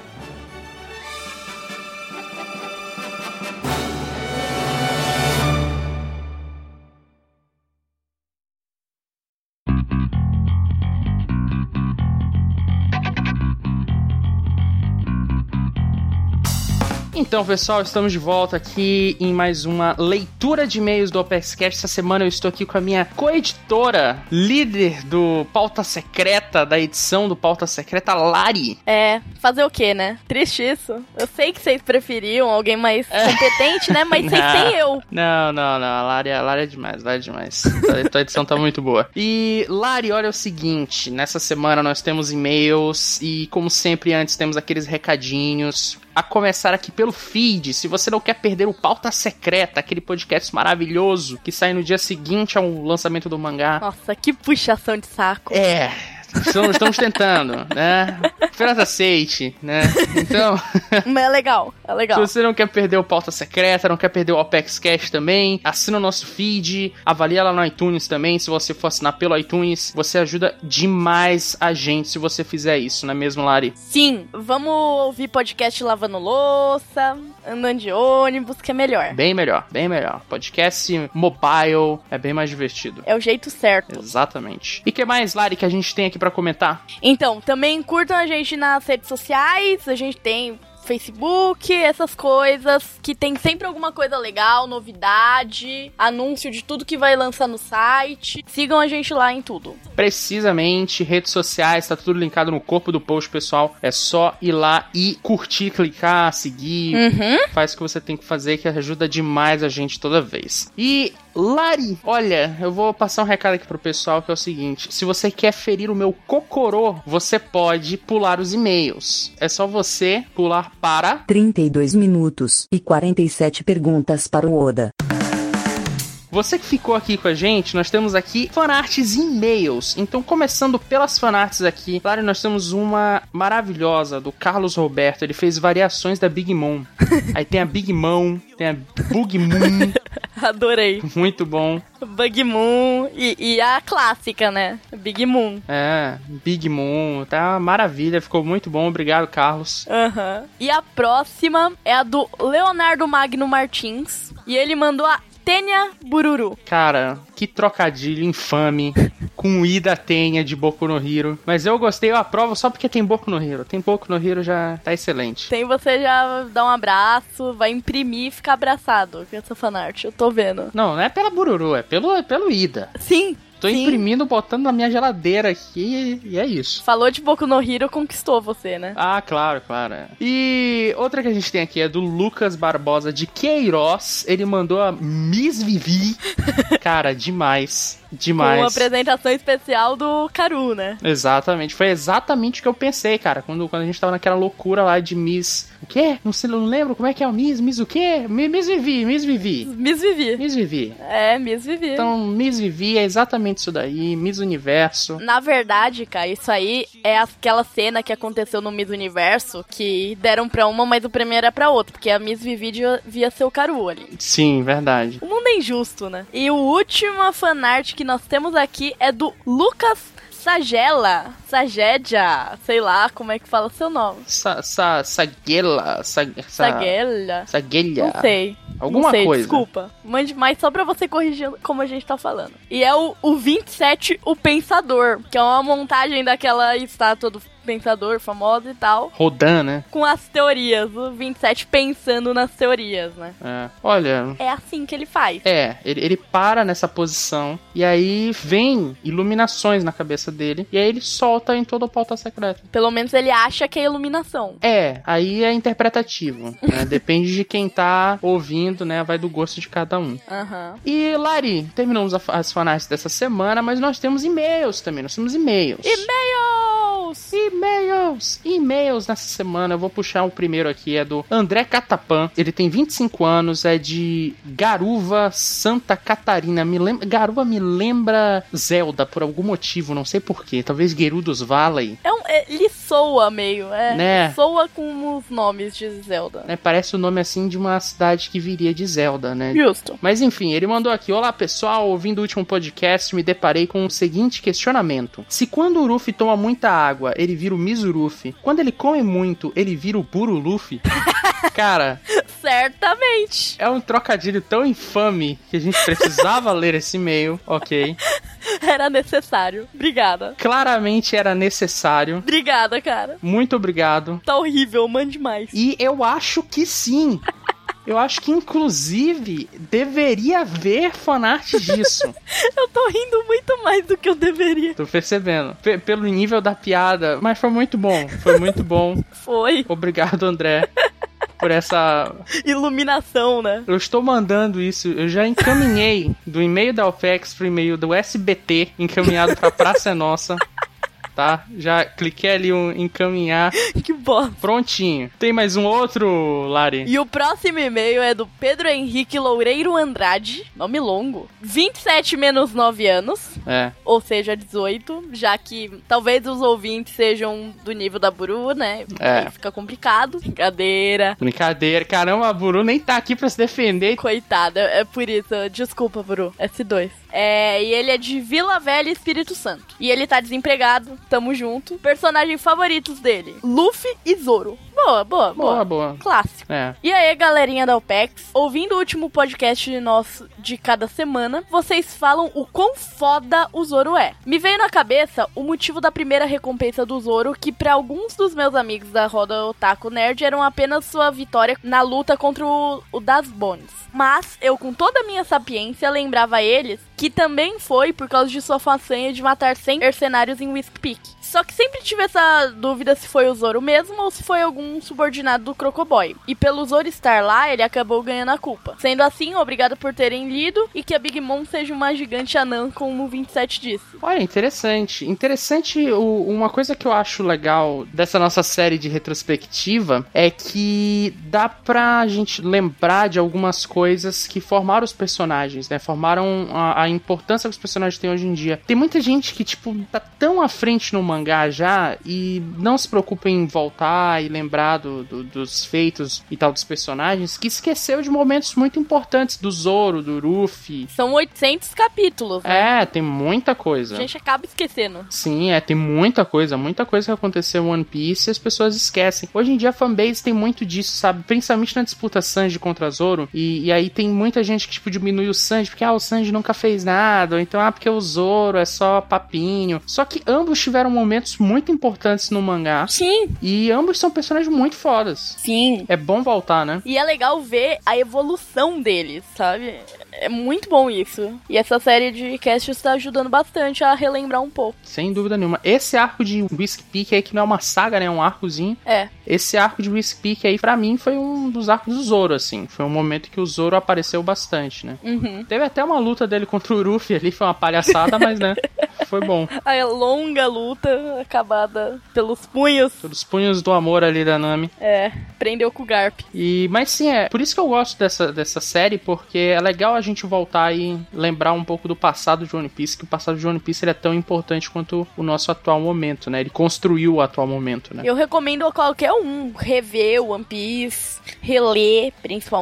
Speaker 1: Então, pessoal, estamos de volta aqui em mais uma leitura de e-mails do OpexCast. Essa semana eu estou aqui com a minha co-editora, líder do Pauta Secreta, da edição do Pauta Secreta, Lari.
Speaker 5: É, fazer o quê, né? Triste isso. Eu sei que vocês preferiam alguém mais competente, né? Mas sem,
Speaker 1: Não.
Speaker 5: sem eu.
Speaker 1: Não, não, não. A Lari, a Lari é demais, Lari é demais. Tua- Tua edição tá muito boa. E, Lari, olha o seguinte: nessa semana nós temos e-mails e, como sempre antes, temos aqueles recadinhos. A começar aqui pelo feed. Se você não quer perder o Pauta Secreta, aquele podcast maravilhoso que sai no dia seguinte ao lançamento do mangá.
Speaker 5: Nossa, que puxação de saco.
Speaker 1: É. Estamos, estamos tentando, né? Fernanda aceite, né? Então.
Speaker 5: Mas é legal, é legal.
Speaker 1: Se você não quer perder o Pauta Secreta, não quer perder o Opex Cash também, assina o nosso feed, avalia lá no iTunes também. Se você for assinar pelo iTunes, você ajuda demais a gente se você fizer isso, não é mesmo, Lari?
Speaker 5: Sim, vamos ouvir podcast lavando louça, andando de ônibus, que é melhor.
Speaker 1: Bem melhor, bem melhor. Podcast mobile é bem mais divertido.
Speaker 5: É o jeito certo.
Speaker 1: Exatamente. E que mais, Lari, que a gente tem aqui pra comentar?
Speaker 5: Então, também curtam a gente nas redes sociais, a gente tem Facebook, essas coisas, que tem sempre alguma coisa legal, novidade, anúncio de tudo que vai lançar no site. Sigam a gente lá em tudo.
Speaker 1: Precisamente, redes sociais, tá tudo linkado no corpo do post, pessoal. É só ir lá e curtir, clicar, seguir,
Speaker 5: Uhum.
Speaker 1: faz o que você tem que fazer, que ajuda demais a gente toda vez. E, Lari, olha, eu vou passar um recado aqui pro pessoal que é o seguinte: se você quer ferir o meu cocorô, você pode pular os e-mails. É só você pular para.
Speaker 6: 32 minutos e 47 perguntas para o Oda.
Speaker 1: Você que ficou aqui com a gente, nós temos aqui fanarts e e-mails. Então, começando pelas fanarts aqui, Lari, nós temos uma maravilhosa do Carlos Roberto. Ele fez variações da Big Mom. Aí tem a Big Mom, tem a Bug Moon.
Speaker 5: Adorei.
Speaker 1: Muito bom.
Speaker 5: Bug Moon e, e a clássica, né? Big Moon.
Speaker 1: É, Big Moon, tá uma maravilha, ficou muito bom. Obrigado, Carlos.
Speaker 5: Aham. E a próxima é a do Leonardo Magno Martins. E ele mandou a Tênia Bururu.
Speaker 1: Cara, que trocadilho infame com Ida Tenha de Boku no Hero. Mas eu gostei, eu aprovo só porque tem Boku no Hero. Tem Boku no Hero já tá excelente.
Speaker 5: Tem você já dá um abraço, vai imprimir e ficar abraçado com essa fanart. Eu tô vendo.
Speaker 1: Não, não é pela Bururu, é pelo, é pelo Ida.
Speaker 5: Sim,
Speaker 1: Tô
Speaker 5: Sim.
Speaker 1: imprimindo, botando na minha geladeira aqui e- e é isso.
Speaker 5: falou de Boku no Hero, conquistou você, né?
Speaker 1: Ah, claro, claro. é. E outra que a gente tem aqui é do Lucas Barbosa de Queiroz. Ele mandou a Miss Vivi. Cara, demais.
Speaker 5: Com uma
Speaker 1: Demais.
Speaker 5: apresentação especial do Karu, né?
Speaker 1: Exatamente. Foi exatamente o que eu pensei, cara. Quando, quando a gente tava naquela loucura lá de Miss. O quê? Não sei, não lembro como é que é o Miss. Miss o quê? Mi- Miss Vivi, Miss Vivi.
Speaker 5: Miss Vivi.
Speaker 1: Miss Vivi.
Speaker 5: É, Miss Vivi.
Speaker 1: Então, Miss Vivi é exatamente isso daí. Miss Universo.
Speaker 5: Na verdade, cara, isso aí é aquela cena que aconteceu no Miss Universo que deram pra uma, mas o prêmio era pra outra, porque a Miss Vivi devia- via seu Karu ali.
Speaker 1: Sim, verdade.
Speaker 5: O mundo é injusto, né? E o última fanart que nós temos aqui é do Lucas Sagela. Sagedia. Sei lá como é que fala seu nome.
Speaker 1: Sa, sa, saguela. Sa, sa-
Speaker 5: Sagela.
Speaker 1: Saguelha.
Speaker 5: Não sei.
Speaker 1: Alguma
Speaker 5: não sei,
Speaker 1: coisa.
Speaker 5: Desculpa. Mande mais só pra você corrigir como a gente tá falando. E é o, o 27, o Pensador, que é uma montagem daquela estátua do Pensador famosa e tal.
Speaker 1: Rodan, né?
Speaker 5: Com as teorias, o 27 pensando nas teorias, né?
Speaker 1: É. Olha,
Speaker 5: É assim que ele faz.
Speaker 1: é, ele, ele para nessa posição e aí vem iluminações na cabeça dele e aí ele solta em toda a pauta secreta.
Speaker 5: Pelo menos ele acha que é iluminação.
Speaker 1: É, aí é interpretativo, né? Depende de quem tá ouvindo, né? Vai do gosto de cada um.
Speaker 5: Aham.
Speaker 1: E, Lari, terminamos a- as fanarts dessa semana, mas nós temos e-mails também, nós temos e-mails.
Speaker 5: E-mails!
Speaker 1: E-mails! E-mails nessa semana. Eu vou puxar o primeiro aqui, é do André Catapan. Ele tem 25 anos, é de Garuva, Santa Catarina. Me lem... Garuva me lembra Zelda por algum motivo, não sei porquê. Talvez Gerudos Valley,
Speaker 5: É um, é, ele soa meio, é.
Speaker 1: né?
Speaker 5: Soa com os nomes de Zelda.
Speaker 1: Né, Parece o nome assim de uma cidade que viria de Zelda, né?
Speaker 5: Justo.
Speaker 1: Mas enfim, ele mandou aqui: Olá pessoal, ouvindo o último podcast, me deparei com o seguinte questionamento: Se quando o Luffy toma muita água, ele vira o Mizuruffy, quando ele come muito, ele vira o Buru Luffy? Cara,
Speaker 5: Certamente.
Speaker 1: é um trocadilho tão infame que a gente precisava ler esse e-mail, ok?
Speaker 5: Era necessário. Obrigada.
Speaker 1: Claramente era necessário.
Speaker 5: Obrigada, cara.
Speaker 1: Muito obrigado.
Speaker 5: Tá horrível, mande mais.
Speaker 1: E eu acho que sim. Eu acho que inclusive deveria haver fanart disso.
Speaker 5: Eu tô rindo muito mais do que eu deveria.
Speaker 1: Tô percebendo. Pe- pelo nível da piada. Mas foi muito bom. Foi muito bom.
Speaker 5: Foi.
Speaker 1: Obrigado, André. Por essa.
Speaker 5: Iluminação, né?
Speaker 1: Eu estou mandando isso. Eu já encaminhei do e-mail da OPEX pro e-mail do SBT, encaminhado pra Praça é Nossa. Tá? Já cliquei ali um encaminhar.
Speaker 5: Que bosta.
Speaker 1: Prontinho. Tem mais um outro, Lari?
Speaker 5: E o próximo e-mail é do Pedro Henrique Loureiro Andrade. Nome longo. 27 menos 9 anos.
Speaker 1: É.
Speaker 5: ou seja, 18, já que talvez os ouvintes sejam do nível da Buru, né?
Speaker 1: É.
Speaker 5: Aí fica complicado. Brincadeira.
Speaker 1: Brincadeira. Caramba, a Buru nem tá aqui pra se defender.
Speaker 5: Coitada, é por isso. Desculpa, Buru. S2. É, e ele é de Vila Velha, Espírito Santo. E ele tá desempregado, tamo junto. Personagens favoritos dele: Luffy e Zoro. Boa, boa, boa.
Speaker 1: Boa, boa.
Speaker 5: Clássico.
Speaker 1: É.
Speaker 5: E aí, galerinha da OPEX, ouvindo o último podcast de nosso de cada semana, vocês falam o quão foda o Zoro é. Me veio na cabeça o motivo da primeira recompensa do Zoro, que pra alguns dos meus amigos da roda Otaku Nerd eram apenas sua vitória na luta contra o, o Das Bones. Mas eu, com toda a minha sapiência, lembrava eles que também foi por causa de sua façanha de matar 100 mercenários em Whisk Peak. Só que sempre tive essa dúvida se foi o Zoro mesmo ou se foi algum subordinado do Crocoboy. E pelo Zoro estar lá, ele acabou ganhando a culpa. Sendo assim, obrigado por terem lido e que a Big Mom seja uma gigante anã, como o 27 disse.
Speaker 1: Olha, interessante. Interessante, o- uma coisa que eu acho legal dessa nossa série de retrospectiva é que dá pra gente lembrar de algumas coisas que formaram os personagens, né? Formaram a, a importância que os personagens têm hoje em dia. Tem muita gente que, tipo, tá tão à frente bastante no mangá já e não se preocupa em voltar e lembrar do- do- dos feitos e tal dos personagens, que esqueceu de momentos muito importantes do Zoro, do Ruffy.
Speaker 5: São 800 capítulos, né?
Speaker 1: É, né? tem muita coisa.
Speaker 5: A gente acaba esquecendo.
Speaker 1: Sim, é, tem muita coisa, muita coisa que aconteceu em One Piece e as pessoas esquecem. Hoje em dia a fanbase tem muito disso, sabe? Principalmente na disputa Sanji contra Zoro. E, e aí tem muita gente que, tipo, diminui o Sanji, porque, ah, o Sanji nunca fez nada, ou então, ah, porque o Zoro é só papinho. Só que ambos tiveram momentos muito importantes no mangá,
Speaker 5: Sim,
Speaker 1: e ambos são personagens muito fodas.
Speaker 5: sim.
Speaker 1: É bom voltar, né?
Speaker 5: E é legal ver a evolução deles, sabe? É muito bom isso. E essa série de cast está ajudando bastante a relembrar um pouco.
Speaker 1: Sem dúvida nenhuma. Esse arco de Whisk Peak aí, que não é uma saga, né? É um arcozinho.
Speaker 5: É.
Speaker 1: Esse arco de Whisk Peak aí, pra mim, foi um dos arcos do Zoro, assim. Foi um momento que o Zoro apareceu bastante, né?
Speaker 5: Uhum.
Speaker 1: Teve até uma luta dele contra o Ruffy ali, foi uma palhaçada, mas, né? Foi bom.
Speaker 5: A longa luta acabada pelos punhos.
Speaker 1: Pelos punhos do amor ali da Nami.
Speaker 5: É, prendeu com o Garp.
Speaker 1: E, mas sim, é por isso que eu gosto dessa, dessa série, porque é legal a gente voltar e lembrar um pouco do passado de One Piece, que o passado de One Piece ele é tão importante quanto o nosso atual momento, né? Ele construiu o atual momento, né?
Speaker 5: Eu recomendo a qualquer um rever o One Piece, reler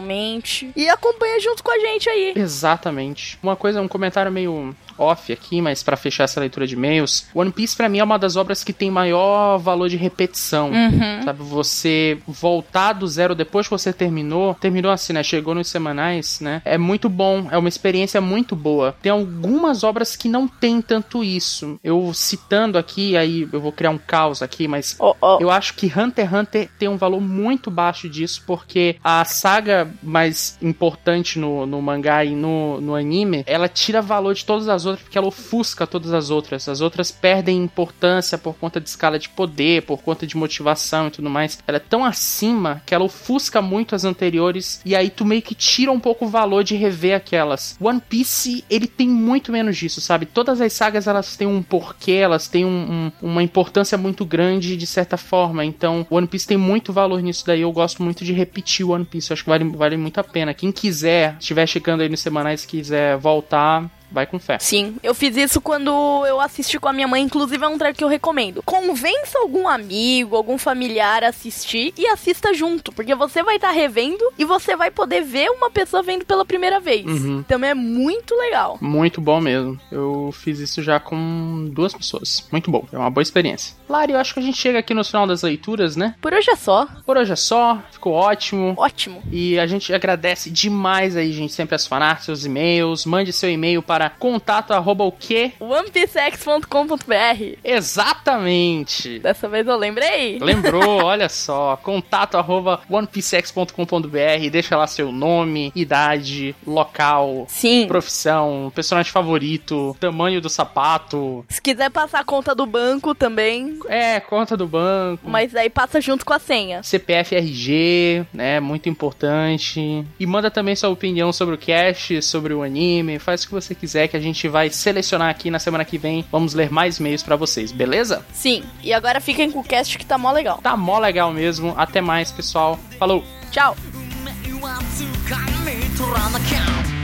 Speaker 5: principalmente. E acompanha junto com a gente aí.
Speaker 1: Exatamente. Uma coisa, um comentário meio off aqui, mas pra fechar essa leitura de e-mails, One Piece pra mim é uma das obras que tem maior valor de repetição.
Speaker 5: Uhum.
Speaker 1: Sabe, você voltar do zero depois que você terminou, terminou assim, né? Chegou nos semanais, né? É muito bom, é uma experiência muito boa. Tem algumas obras que não tem tanto isso. Eu citando aqui, aí eu vou criar um caos aqui, mas
Speaker 5: Ó, ó.
Speaker 1: eu acho que Hunter x Hunter tem um valor muito baixo disso, porque a saga mais importante no, no mangá e no, no anime, ela tira valor de todas as outras, porque ela ofusca todas as outras. As outras perdem importância por conta de escala de poder, por conta de motivação e tudo mais. Ela é tão acima que ela ofusca muito as anteriores, e aí tu meio que tira um pouco o valor de rever aquelas. One Piece, ele tem muito menos disso, sabe? Todas as sagas, elas têm um porquê, elas têm um- um- uma importância muito grande, de certa forma. Então, One Piece tem muito valor nisso daí. Eu gosto muito de repetir One Piece. Eu acho que vale, vale muito a pena. Quem quiser, estiver checando aí nos semanais, quiser voltar, vai com fé.
Speaker 5: Sim, eu fiz isso quando eu assisti com a minha mãe, inclusive é um track que eu recomendo. Convença algum amigo, algum familiar a assistir e assista junto, porque você vai estar revendo e você vai poder ver uma pessoa vendo pela primeira vez.
Speaker 1: Uhum.
Speaker 5: Também é muito legal.
Speaker 1: Muito bom mesmo. Eu fiz isso já com duas pessoas. Muito bom. É uma boa experiência. Lari, eu acho que a gente chega aqui no final das leituras, né?
Speaker 5: Por hoje é só.
Speaker 1: Por hoje é só. Ficou ótimo.
Speaker 5: Ótimo.
Speaker 1: E a gente agradece demais aí, gente, sempre as fanarts, seus e-mails. Mande seu e-mail para contato arroba o quê?
Speaker 5: OnePieceX.com.br
Speaker 1: Exatamente!
Speaker 5: Dessa vez eu lembrei.
Speaker 1: Lembrou, olha só, contato arroba onepcx.com.br, deixa lá seu nome, idade, local,
Speaker 5: Sim.
Speaker 1: profissão, personagem favorito, tamanho do sapato,
Speaker 5: Se quiser passar a conta do banco também,
Speaker 1: é, conta do banco.
Speaker 5: mas aí passa junto com a senha.
Speaker 1: CPF RG, né? Muito importante. E manda também sua opinião sobre o cast, sobre o anime, faz o que você quiser que a gente vai selecionar aqui na semana que vem. Vamos ler mais e-mails pra vocês, beleza?
Speaker 5: Sim. E agora fiquem com o cast que tá mó legal.
Speaker 1: Tá mó legal mesmo. Até mais, pessoal. Falou!
Speaker 5: Tchau.
Speaker 7: 運命は掴み取らなきゃ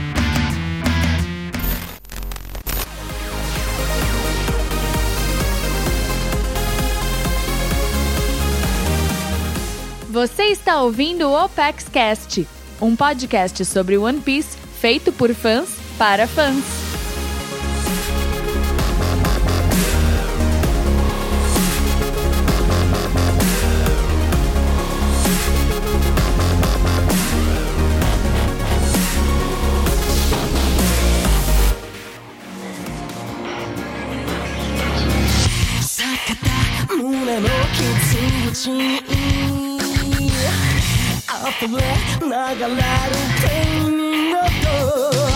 Speaker 8: Você está ouvindo o Opex Cast, um podcast sobre One Piece feito por fãs para fãs.
Speaker 7: 「胸の傷口に溢れながらるペンの音」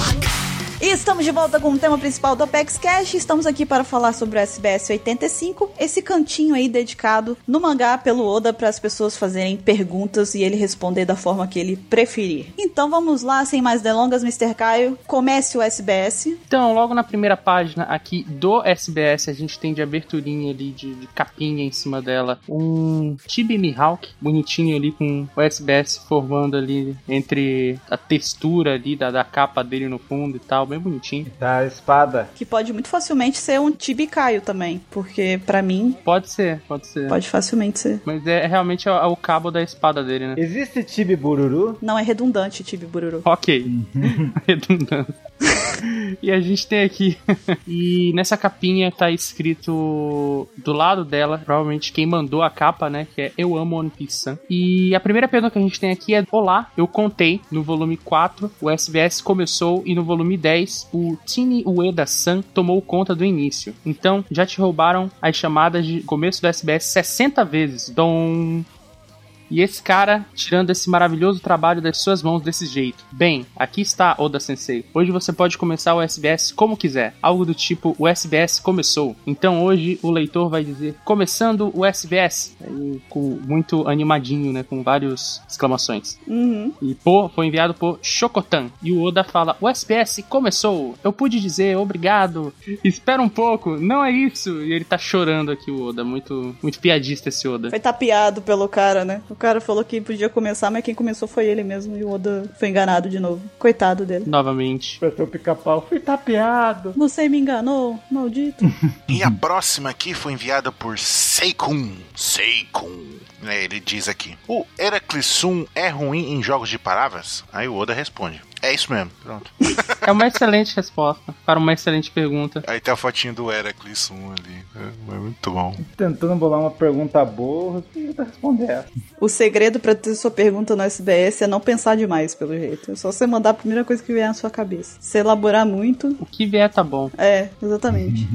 Speaker 2: E estamos de volta com o tema principal do Apex Cash. Estamos aqui para falar sobre o SBS 85, esse cantinho aí dedicado no mangá pelo Oda para as pessoas fazerem perguntas e ele responder da forma que ele preferir. Então vamos lá, sem mais delongas, Mr. Caio, comece o SBS.
Speaker 1: Então, logo na primeira página aqui do SBS, a gente tem de aberturinha ali, de, de capinha em cima dela, um Tibi Mihawk, bonitinho ali, com o SBS formando ali entre a textura ali da, da capa dele no fundo e tal, bem bonitinho.
Speaker 3: Tá, espada.
Speaker 2: Que pode muito facilmente ser um Tibicaio também. Porque, pra mim,
Speaker 1: Pode ser, pode ser.
Speaker 2: pode facilmente ser.
Speaker 1: Mas é, é realmente o, o cabo da espada dele, né?
Speaker 3: Existe Tibi Bururu?
Speaker 2: Não é redundante Tibi Bururu.
Speaker 1: Ok. Redundância. e a gente tem aqui. e nessa capinha tá escrito do lado dela, provavelmente quem mandou a capa, né? Que é Eu Amo One Piece Sun. E a primeira pergunta que a gente tem aqui é: Olá, eu contei no volume 4, o SBS começou e no volume 10, o Tini Ueda San tomou conta do início. Então já te roubaram as chamadas de começo do SBS 60 vezes. Dom. E esse cara tirando esse maravilhoso trabalho das suas mãos desse jeito. Bem, aqui está Oda Sensei. Hoje você pode começar o SBS como quiser. Algo do tipo o SBS começou. Então hoje o leitor vai dizer começando o SBS. Aí, com muito animadinho, né? Com várias exclamações.
Speaker 2: Uhum.
Speaker 1: E pô, foi enviado por Chocotan. E o Oda fala: O SBS começou! Eu pude dizer obrigado! Espera um pouco! Não é isso! E ele tá chorando aqui, o Oda. Muito, muito piadista esse Oda.
Speaker 2: Foi tapeado pelo cara, né? O cara falou que podia começar, mas quem começou foi ele mesmo. E o Oda foi enganado de novo. Coitado dele.
Speaker 1: Novamente.
Speaker 3: Pra ser o pica-pau. Fui tapeado.
Speaker 2: Você me enganou, maldito.
Speaker 4: E a próxima aqui foi enviada por Seikun. Seikun. É, ele diz aqui: O Heracles Sun é ruim em jogos de palavras? Aí o Oda responde: É isso mesmo. Pronto.
Speaker 1: É uma excelente resposta para uma excelente pergunta.
Speaker 4: Aí tá a fotinha do Heracles Sun ali. É, é muito bom.
Speaker 3: Tentando bolar uma pergunta boa, eu vou responder essa.
Speaker 2: o segredo pra ter sua pergunta no SBS é não pensar demais, pelo jeito. É só você mandar a primeira coisa que vier na sua cabeça. Se elaborar muito.
Speaker 1: O que vier tá bom.
Speaker 2: É, exatamente.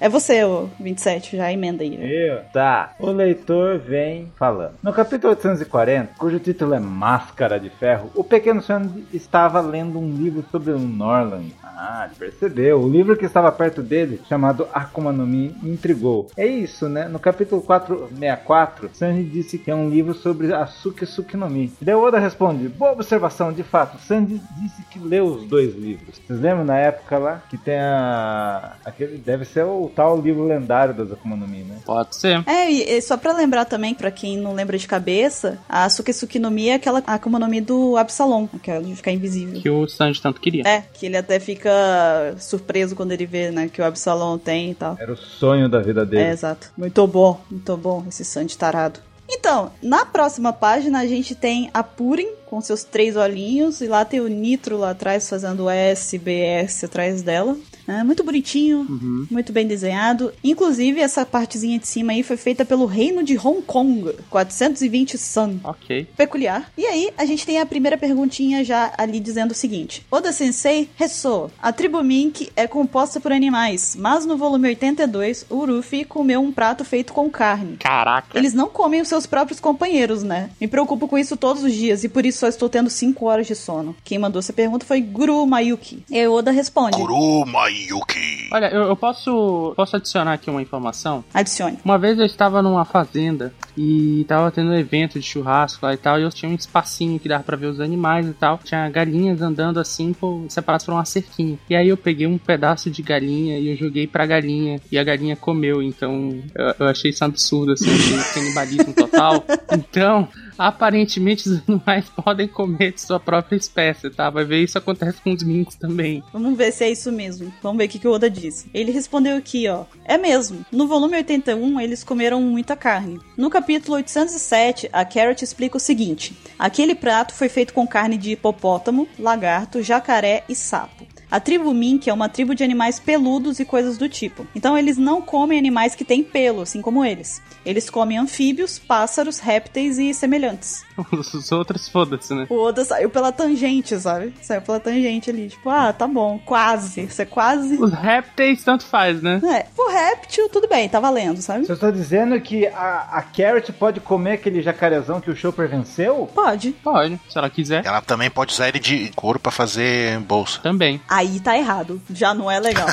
Speaker 2: é você, ô 27, já emenda aí.
Speaker 3: Eu? Tá. O leitor vem falando. No capítulo 840, cujo título é Máscara de Ferro, o pequeno Sandy estava lendo um livro sobre o Norland. Ah, ele percebeu. O livro que estava perto dele, chamado Akuma no Mi, intrigou. É isso, né? No capítulo 464, Sanji disse que é um livro sobre a Sukesuke no Mi. E daí o Oda responde, boa observação, de fato. Sanji disse que leu os dois livros. Vocês lembram na época lá que tem a... Aquele deve ser o tal livro lendário das Akuma no Mi, né?
Speaker 1: Pode ser.
Speaker 2: É, e, e só pra lembrar também, pra quem não lembra de cabeça, a Sukesuki no Mi é aquela Akuma no Mi do Absalom, aquela de ficar invisível.
Speaker 1: Que o Sanji tanto queria.
Speaker 2: É, que ele até fica surpreso quando ele vê, né, que o Absalom tem e tal.
Speaker 3: Era o sonho da vida dele.
Speaker 2: É, exato. Muito bom, muito bom esse Sandy tarado. Então, na próxima página a gente tem a Purim com seus três olhinhos e lá tem o Nitro lá atrás fazendo SBS atrás dela. É, muito bonitinho,
Speaker 1: Uhum.
Speaker 2: muito bem desenhado. Inclusive, essa partezinha de cima aí foi feita pelo Reino de Hong Kong, 420 Sun
Speaker 1: Ok.
Speaker 2: peculiar. E aí, a gente tem a primeira perguntinha já ali dizendo o seguinte: Oda Sensei ressoa. A tribo Mink é composta por animais, mas no volume 82, o Urufi comeu um prato feito com carne.
Speaker 1: Caraca.
Speaker 2: Eles não comem os seus próprios companheiros, né? Me preocupo com isso todos os dias e por isso só estou tendo 5 horas de sono. Quem mandou essa pergunta foi Guru Mayuki. E aí Oda responde:
Speaker 4: Kuru Mayuki.
Speaker 1: Olha, eu, eu posso, posso adicionar aqui uma informação?
Speaker 2: Adicione.
Speaker 1: Uma vez eu estava numa fazenda e tava tendo um evento de churrasco lá e tal, e eu tinha um espacinho que dava pra ver os animais e tal. Tinha galinhas andando assim, por, separadas por uma cerquinha. E aí eu peguei um pedaço de galinha e eu joguei pra galinha, e a galinha comeu, então eu, eu achei isso um absurdo, assim, de canibalismo total. Então. Aparentemente os animais podem comer de sua própria espécie, tá? Vai ver isso acontece com os minks também.
Speaker 2: Vamos ver se é isso mesmo. Vamos ver o que, que o Oda disse. Ele respondeu aqui, ó. É mesmo. No volume 81, eles comeram muita carne. No capítulo 807, a Carrot explica o seguinte: aquele prato foi feito com carne de hipopótamo, lagarto, jacaré e sapo. A tribo Mink é uma tribo de animais peludos e coisas do tipo. Então eles não comem animais que têm pelo, assim como eles. Eles comem anfíbios, pássaros, répteis e semelhantes.
Speaker 1: Os outros, foda-se, né?
Speaker 2: O Oda saiu pela tangente, sabe? Saiu pela tangente ali, tipo, ah, tá bom, quase. Você quase.
Speaker 1: Os répteis tanto faz, né?
Speaker 2: É, o réptil, tudo bem, tá valendo, sabe?
Speaker 3: Você está dizendo que a, a Carrot pode comer aquele jacarezão que o Chopper venceu?
Speaker 2: Pode.
Speaker 1: Pode, se ela quiser.
Speaker 4: Ela também pode usar ele de couro pra fazer bolsa.
Speaker 1: Também.
Speaker 2: Aí tá errado. Já não é legal.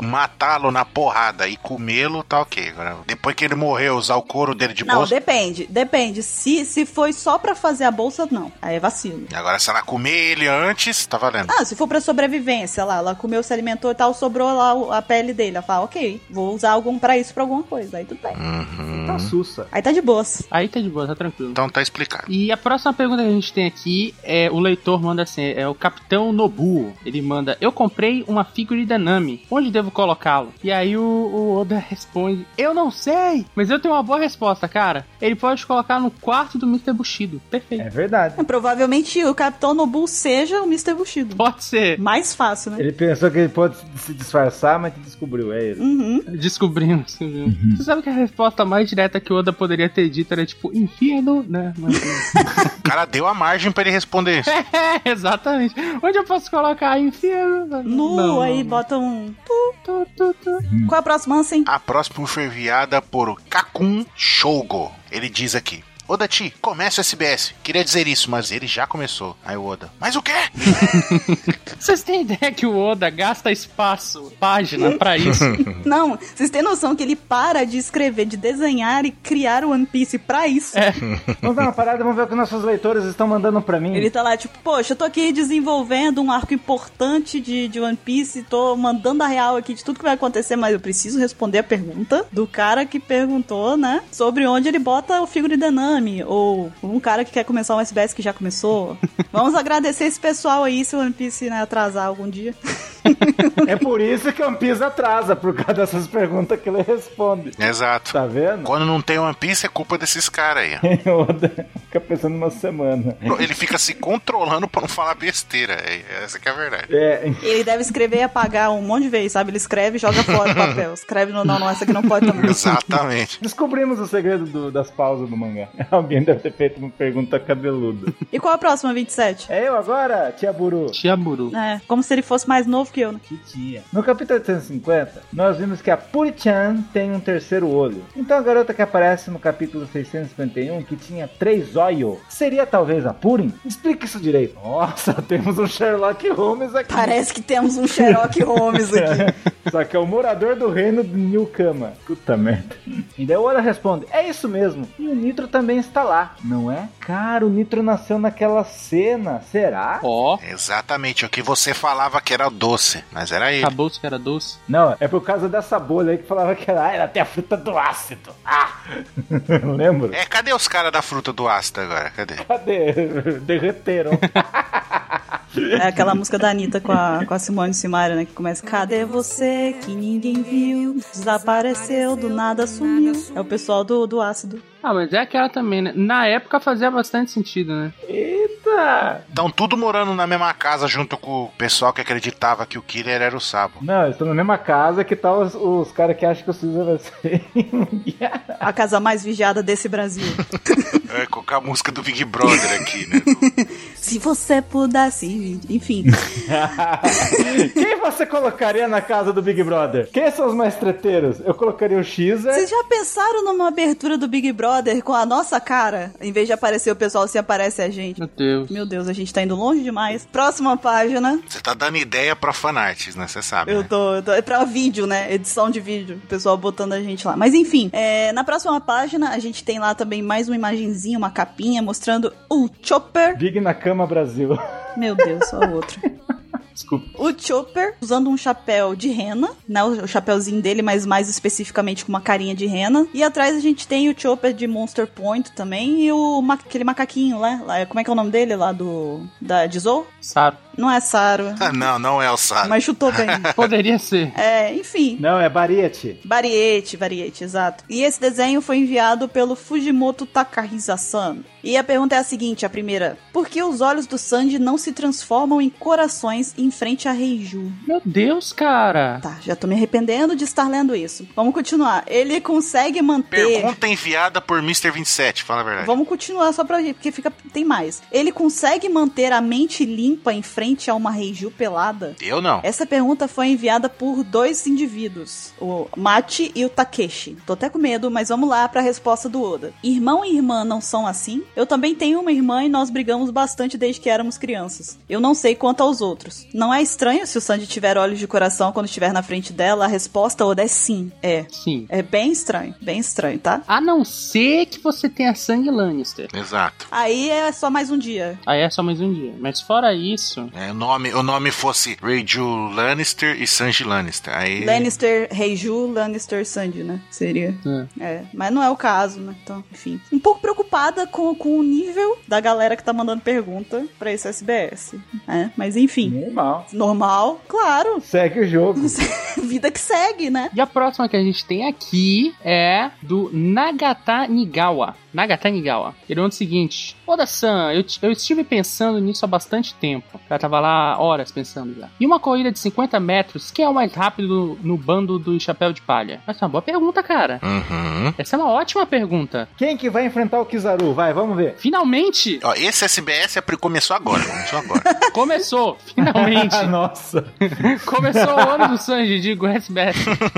Speaker 4: matá-lo na porrada e comê-lo, tá ok. Agora, depois que ele morreu, usar o couro dele de
Speaker 2: Não,
Speaker 4: bolsa.
Speaker 2: depende, depende. Se, se foi só pra fazer a bolsa, não. Aí é vacilo.
Speaker 4: Agora, se ela comer ele antes, tá valendo.
Speaker 2: Ah, se for pra sobrevivência lá, ela comeu, se alimentou e tal, sobrou lá o- a pele dele. Ela fala, ok, vou usar algum pra isso, pra alguma coisa. Aí tudo bem.
Speaker 4: Uhum.
Speaker 3: Tá sussa.
Speaker 2: Aí tá de boas.
Speaker 1: Aí tá de boa, tá tranquilo.
Speaker 4: Então tá explicado.
Speaker 1: E a próxima pergunta que a gente tem aqui é o leitor manda assim, é o Capitão Nobuo. Ele manda: "Eu comprei uma figure da Nami. Onde devo colocá-lo?" E aí o, o Oda responde: "Eu não sei, mas eu tenho uma boa resposta, cara. Ele pode colocar no quarto do Mr. Bushido. Perfeito.
Speaker 3: É verdade.
Speaker 2: Provavelmente o Capitão Nobu seja o Mr. Bushido.
Speaker 1: Pode ser.
Speaker 2: Mais fácil, né?
Speaker 3: Ele pensou que ele pode se- se disfarçar, mas te descobriu, é ele.
Speaker 2: Uhum.
Speaker 1: Descobrimos. descobrimos. Você sabe que a resposta mais direta que o Oda poderia ter dito era tipo inferno, né? Mas-
Speaker 4: O cara deu a margem pra ele responder isso.
Speaker 1: é, exatamente. Onde eu posso colocar inferno?
Speaker 2: Nu,
Speaker 1: Não,
Speaker 2: aí
Speaker 1: não.
Speaker 2: bota um.
Speaker 1: Tu, tu, tu.
Speaker 2: Qual é a próxima, Ansem?
Speaker 4: A próxima foi enviada por Kakun Shogo. Ele diz aqui. Oda Ti, começa o SBS. Queria dizer isso, mas ele já começou. Aí o Oda. Mas o quê?
Speaker 1: Vocês têm ideia que o Oda gasta espaço, página, pra isso?
Speaker 2: Não, vocês têm noção que ele para de escrever, de desenhar e criar o One Piece pra isso?
Speaker 1: É.
Speaker 3: Vamos dar uma parada, vamos ver o que nossos leitores estão mandando pra mim.
Speaker 2: Ele tá lá, tipo, poxa, eu tô aqui desenvolvendo um arco importante de, de One Piece, tô mandando a real aqui de tudo que vai acontecer, mas eu preciso responder a pergunta do cara que perguntou, né? Sobre onde ele bota o figure da Nami, ou um cara que quer começar um SBS que já começou. Vamos agradecer esse pessoal aí se o One Piece né, atrasar algum dia.
Speaker 3: É por isso que o One Piece atrasa, por causa dessas perguntas que ele responde.
Speaker 4: Exato.
Speaker 3: Tá vendo?
Speaker 4: Quando não tem One Piece, é culpa desses caras aí.
Speaker 3: Oda fica pensando uma semana.
Speaker 4: Ele fica se controlando pra não falar besteira. É- Essa que é a verdade.
Speaker 3: É,
Speaker 2: Ele deve escrever e apagar um monte de vezes, sabe? Ele escreve e joga fora o papel. Escreve, não, não, não, essa aqui não pode também.
Speaker 4: Exatamente.
Speaker 3: descobrimos o segredo do- das pausas do mangá. Alguém deve ter feito uma pergunta cabeluda.
Speaker 2: E qual a próxima, 27?
Speaker 3: É eu agora, tia Buru?
Speaker 1: Chiaburu.
Speaker 2: É, como se ele fosse mais novo que eu, né?
Speaker 3: Que tia. No capítulo 850, nós vimos que a Puri-chan tem um terceiro olho. Então a garota que aparece no capítulo 651, que tinha três olhos, seria talvez a Purim? Explica isso direito. Nossa, temos um Sherlock Holmes aqui.
Speaker 2: Parece que temos um Sherlock Holmes aqui.
Speaker 3: Só que é o morador do reino de Newcama. Puta merda. E daí o Oda responde: É isso mesmo. E o Nitro também está lá, não é? Cara, o Nitro nasceu naquela cena. Será?
Speaker 1: Ó,
Speaker 4: Exatamente. O que você falava que era doce, mas era ele.
Speaker 1: acabou-se que era doce.
Speaker 3: Não, é por causa dessa bolha aí que falava que era, ah, era até a fruta do ácido. Ah! Lembro?
Speaker 4: É, cadê os caras da fruta do ácido agora? Cadê?
Speaker 3: Cadê? Derreteram.
Speaker 2: É aquela música da Anitta com a, com a Simone Simaria, né? Que começa: Cadê você que ninguém viu? Desapareceu, do nada sumiu. É o pessoal do, do ácido.
Speaker 1: Ah, mas é aquela também, né? Na época fazia bastante sentido, né?
Speaker 3: Eita!
Speaker 4: Estão tudo morando na mesma casa junto com o pessoal que acreditava que o Killer era o Sabo.
Speaker 3: Não, eles estão na mesma casa que tal os, os caras que acham que o Susan vai ser.
Speaker 2: A casa mais vigiada desse Brasil.
Speaker 4: É, colocar a música do Big Brother aqui, né?
Speaker 2: Se você pudesse. Enfim.
Speaker 3: Quem você colocaria na casa do Big Brother? Quem são os mais treteiros? Eu colocaria o é Xer.
Speaker 2: Vocês já pensaram numa abertura do Big Brother com a nossa cara? Em vez de aparecer o pessoal, se aparece a gente.
Speaker 1: Meu Deus.
Speaker 2: Meu Deus, a gente tá indo longe demais. Próxima página.
Speaker 4: Você tá dando ideia pra fanarts, né? Você sabe.
Speaker 2: Eu
Speaker 4: né?
Speaker 2: tô, eu tô. É pra vídeo, né? Edição de vídeo. O pessoal botando a gente lá. Mas enfim, é, na próxima página a gente tem lá também mais uma imagenzinha, uma capinha mostrando o Chopper.
Speaker 3: Big na cama Brasil.
Speaker 2: Meu Deus, só outro.
Speaker 3: Desculpa.
Speaker 2: O Chopper usando um chapéu de rena, né? O chapéuzinho dele, mas mais especificamente com uma carinha de rena. E atrás a gente tem o Chopper de Monster Point também e o ma- aquele macaquinho lá, lá. Como é que é o nome dele lá do. Da Dizou?
Speaker 1: Sabe?
Speaker 2: Não é Saro,
Speaker 4: Ah, não, não é o Sabo.
Speaker 2: mas chutou bem.
Speaker 1: Poderia ser.
Speaker 2: É, enfim.
Speaker 3: Não, é Bariete.
Speaker 2: Variete, variete, exato. E esse desenho foi enviado pelo Fujimoto Takahisa-san. E a pergunta é a seguinte, a primeira. Por que os olhos do Sanji não se transformam em corações em frente a Reiju?
Speaker 1: Meu Deus, cara.
Speaker 2: Tá, já tô me arrependendo de estar lendo isso. Vamos continuar. Ele consegue manter...
Speaker 4: Pergunta enviada por Mr. 27, fala a verdade.
Speaker 2: Vamos continuar só pra porque fica tem mais. Ele consegue manter a mente limpa em frente a uma Reiju pelada?
Speaker 4: Eu não.
Speaker 2: Essa pergunta foi enviada por dois indivíduos, o Mate e o Takeshi. Tô até com medo, mas vamos lá pra resposta do Oda. Irmão e irmã não são assim? Eu também tenho uma irmã e nós brigamos bastante desde que éramos crianças. Eu não sei quanto aos outros. Não é estranho se o Sanji tiver olhos de coração quando estiver na frente dela? A resposta, Oda, é sim. É.
Speaker 1: Sim.
Speaker 2: É bem estranho, bem estranho, tá?
Speaker 1: A não ser que você tenha sangue Lannister.
Speaker 4: Exato.
Speaker 2: Aí é só mais um dia.
Speaker 1: Aí é só mais um dia. Mas fora isso,
Speaker 4: É, o, nome, o nome fosse Reiju Lannister e Sanji Lannister.
Speaker 2: É.
Speaker 4: Aí.
Speaker 2: Lannister, Reiju, Lannister, Sandy, né? Seria. É, mas não é o caso, né? Então, enfim. Um pouco preocupada com, com o nível da galera que tá mandando pergunta pra esse SBS. É, mas enfim.
Speaker 3: Normal.
Speaker 2: Normal, claro.
Speaker 3: Um Segue o jogo.
Speaker 2: Vida que segue, né?
Speaker 1: E a próxima que a gente tem aqui é do Nagata Nigawa. Nagata Nigawa. Ele manda o seguinte: Oda-san, eu, t- eu estive pensando nisso há bastante tempo. Ela tava lá horas pensando já. E uma corrida de 50 metros, quem é o mais rápido no bando do chapéu de palha? Essa é uma boa pergunta, cara.
Speaker 4: Uhum.
Speaker 1: Essa é uma ótima pergunta.
Speaker 3: Quem que vai enfrentar o Kizaru? Vai, vamos ver.
Speaker 1: Finalmente!
Speaker 4: Ó, esse SBS apri- é começou agora. Começou agora.
Speaker 1: Começou! Finalmente!
Speaker 3: Nossa.
Speaker 1: Começou o ano do Sanji, digo SBS.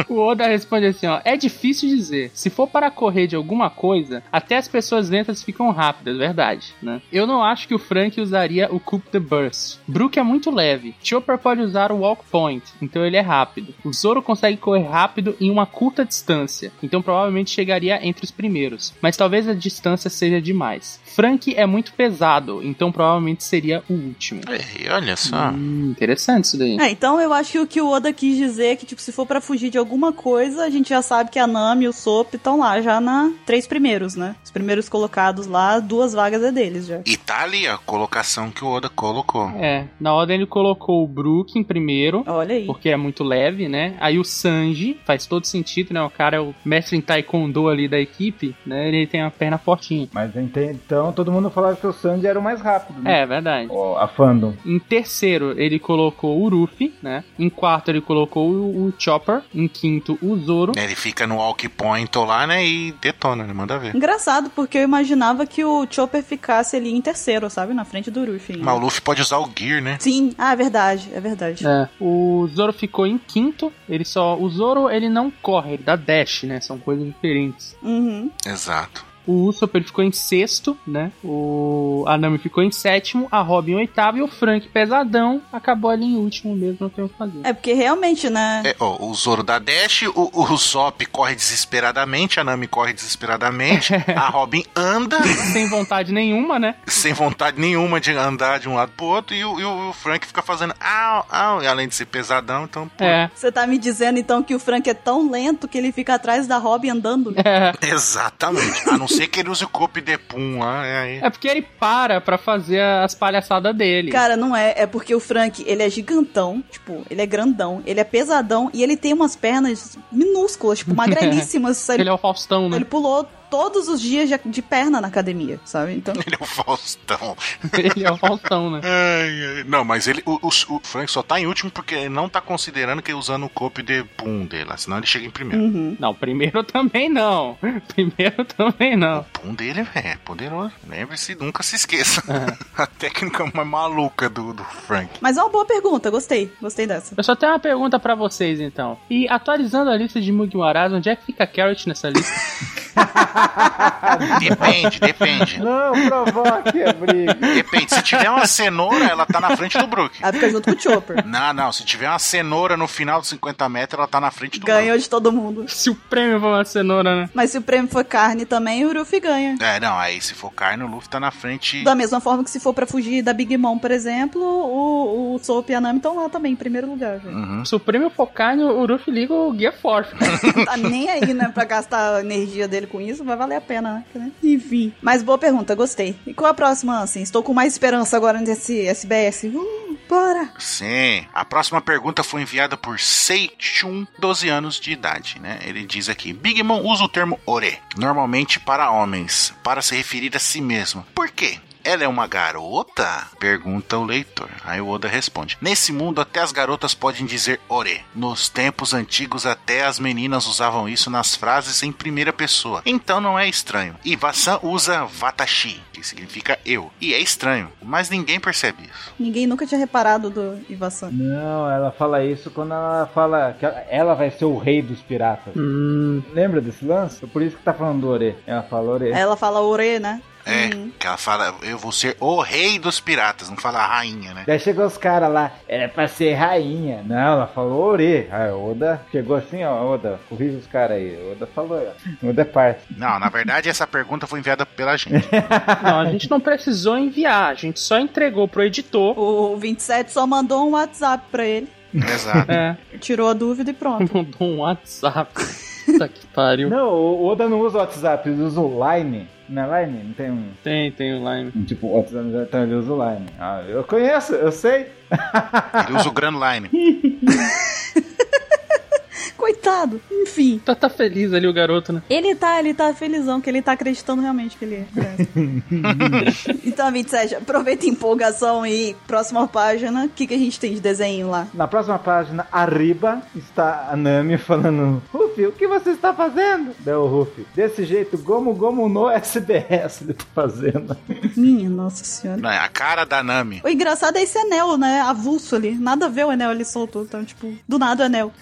Speaker 1: O Oda responde assim, ó. É difícil dizer. Se for para correr de alguma coisa, até as pessoas lentas ficam rápidas, verdade, né? Eu não acho que o Frank usaria o Coup de Burst. Brook é muito leve. Chopper pode usar o Walk Point, então ele é rápido. O Zoro consegue correr rápido em uma curta distância, então provavelmente chegaria entre os primeiros. Mas talvez a distância seja demais. Frank é muito pesado, então provavelmente seria o último.
Speaker 4: Ei, olha só.
Speaker 1: Hum, interessante isso daí.
Speaker 2: É, então eu acho que o que o Oda quis dizer é que, tipo, se for pra fugir de alguma coisa, a gente já sabe que a Nami e o Sop estão lá já na três primeiros, né? Os primeiros colocados lá, duas vagas é deles já.
Speaker 4: E tá ali a colocação que o Oda colocou.
Speaker 1: É, na ordem ele colocou o Brook em primeiro,
Speaker 2: Olha aí.
Speaker 1: porque é muito leve, né? Aí o Sanji, faz todo sentido, né? O cara é o mestre em taekwondo ali da equipe, né? Ele tem uma perna fortinha.
Speaker 3: Mas até então todo mundo falava que o Sandy era o mais rápido, né?
Speaker 1: É, verdade.
Speaker 3: Ó, a fandom.
Speaker 1: Em terceiro, ele colocou o Ruffy, né? Em quarto, ele colocou o, o Chopper. Em quinto, o Zoro.
Speaker 4: Né, Ele fica no walk point lá, né? E detona, né? Manda ver.
Speaker 2: Engraçado, porque eu imaginava que o Chopper ficasse ali em terceiro, sabe? Na frente do Ruffy. ainda.
Speaker 4: Mas o Luffy pode usar o Gear, né?
Speaker 2: Sim, ah, é verdade, é verdade.
Speaker 1: É. O Zoro ficou em quinto. Ele só. O Zoro, ele não corre, ele dá dash, né? São coisas diferentes.
Speaker 2: Uhum.
Speaker 4: Exato.
Speaker 1: O Usopp ele ficou em sexto, né? O a Nami ficou em sétimo, a Robin em oitavo e o Frank pesadão acabou ali em último mesmo, não tem o que fazer.
Speaker 2: É porque realmente, né?
Speaker 4: É, ó, o Zoro dá dash, o, o Zop corre desesperadamente, a Nami corre desesperadamente, a Robin anda
Speaker 1: Sem vontade nenhuma, né?
Speaker 4: sem vontade nenhuma de andar de um lado pro outro e o, e o Frank fica fazendo au, au, e além de ser pesadão, então... pô.
Speaker 1: É.
Speaker 2: Você tá me dizendo então que o Frank é tão lento que ele fica atrás da Robin andando? né?
Speaker 1: É.
Speaker 4: Exatamente. A não ser que ele use o Cope de Pum lá, é aí.
Speaker 1: É porque ele para pra fazer as palhaçadas dele.
Speaker 2: Cara, não é. É porque o Frank, ele é gigantão, tipo, ele é grandão, ele é pesadão e ele tem umas pernas minúsculas, tipo, magrelíssimas. sabe?
Speaker 1: Ele é o Faustão, né?
Speaker 2: ele pulou todos os dias de- de perna na academia, sabe? Então.
Speaker 4: Ele é o Faustão.
Speaker 1: Ele é o Faustão, né?
Speaker 4: Ai, ai. Não, mas ele, o, o- o Frank só tá em último porque ele não tá considerando que é usando o Cope de Pum dele, lá, senão ele chega em primeiro.
Speaker 2: Uhum.
Speaker 1: Não, primeiro também não. Primeiro também
Speaker 4: O
Speaker 1: não.
Speaker 4: pum dele véi, é poderoso. Lembre-se, nunca se esqueça. A técnica mais maluca do, do Frank.
Speaker 2: Mas é uma boa pergunta, gostei, gostei dessa.
Speaker 1: Eu só tenho uma pergunta pra vocês então. E atualizando a lista de Mugiwaras, onde é que fica a Carrot nessa lista?
Speaker 4: Depende, depende.
Speaker 3: Não provoque a briga.
Speaker 4: Depende. Se tiver uma cenoura, ela tá na frente do Brook.
Speaker 2: Ela fica junto com o Chopper.
Speaker 4: Não, não. Se tiver uma cenoura no final dos 50 metros, ela tá na frente do
Speaker 2: Ganhou de todo mundo.
Speaker 1: Se o prêmio for uma cenoura, né?
Speaker 2: Mas se o prêmio for carne também, o Ruffy ganha.
Speaker 4: Brook. É, não. Aí se for carne, o Luffy tá na frente.
Speaker 2: Da mesma forma que se for pra fugir da Big Mom, por exemplo, o, o Soap e a Nami estão lá também, em primeiro lugar. velho.
Speaker 4: Uhum.
Speaker 1: Se o prêmio for carne, o Ruff liga o Guia Forte.
Speaker 2: tá nem aí, né, pra gastar a energia dele com isso, vai valer a pena, né? Enfim. Mas boa pergunta, gostei. E qual a próxima, assim? Estou com mais esperança agora nesse SBS. Uh, bora!
Speaker 4: Sim. A próxima pergunta foi enviada por Seichun, 12 anos de idade, né? Ele diz aqui: Big Mom usa o termo ore, normalmente para homens, para se referir a si mesmo. Por quê? Ela é uma garota? Pergunta o leitor. Aí o Oda responde: Nesse mundo, até as garotas podem dizer ore. Nos tempos antigos, até as meninas usavam isso nas frases em primeira pessoa. Então não é estranho. E Vassan usa watashi, que significa eu. E é estranho, mas ninguém percebe isso.
Speaker 2: Ninguém nunca tinha reparado do Ivasan.
Speaker 3: Não, ela fala isso quando ela fala que ela- ela vai ser o rei dos piratas.
Speaker 1: Hum,
Speaker 3: Lembra desse lance? Por isso que tá falando do Ore. Ela fala Ore.
Speaker 2: Aí ela fala ore, né?
Speaker 4: É,
Speaker 2: Uhum.
Speaker 4: que ela fala, eu vou ser o rei dos piratas, não fala a rainha, né?
Speaker 3: Daí chegou os caras lá, era pra ser rainha. Não, ela falou Ore. Aí o Oda chegou assim, ó, Oda, corrija os caras aí. O Oda falou, ó. O Oda é parte.
Speaker 4: Não, na verdade essa pergunta foi enviada pela gente.
Speaker 1: não, a gente não precisou enviar, a gente só entregou pro editor.
Speaker 2: O 27 só mandou um WhatsApp pra ele,
Speaker 4: Exato.
Speaker 1: É,
Speaker 2: tirou a dúvida e pronto.
Speaker 1: mandou um WhatsApp. Puta que pariu.
Speaker 3: Não, o Oda não usa o WhatsApp, ele usa o Line. Não é Line? Não tem um.
Speaker 1: Tem, tem o Lime.
Speaker 3: um Tipo, o WhatsApp, então ele usa o Line. Ah, eu conheço, eu sei.
Speaker 4: Ele usa o Grand Line.
Speaker 2: Coitado, enfim.
Speaker 1: Tá, tá feliz ali o garoto, né?
Speaker 2: Ele tá, ele tá felizão, que ele tá acreditando realmente que ele é. então, 27, aproveita a empolgação e próxima página, o que, que a gente tem de desenho lá?
Speaker 3: Na próxima página, arriba, está a Nami falando: Ruffy, o que você está fazendo? Daí o Ruffy, desse jeito, Gomu Gomu no SBS ele tá fazendo.
Speaker 2: Minha nossa senhora.
Speaker 4: Não, é a cara da Nami.
Speaker 2: O engraçado é esse anel, né? Avulso ali. Nada a ver o anel, ele soltou. Então, tipo, do nada o anel.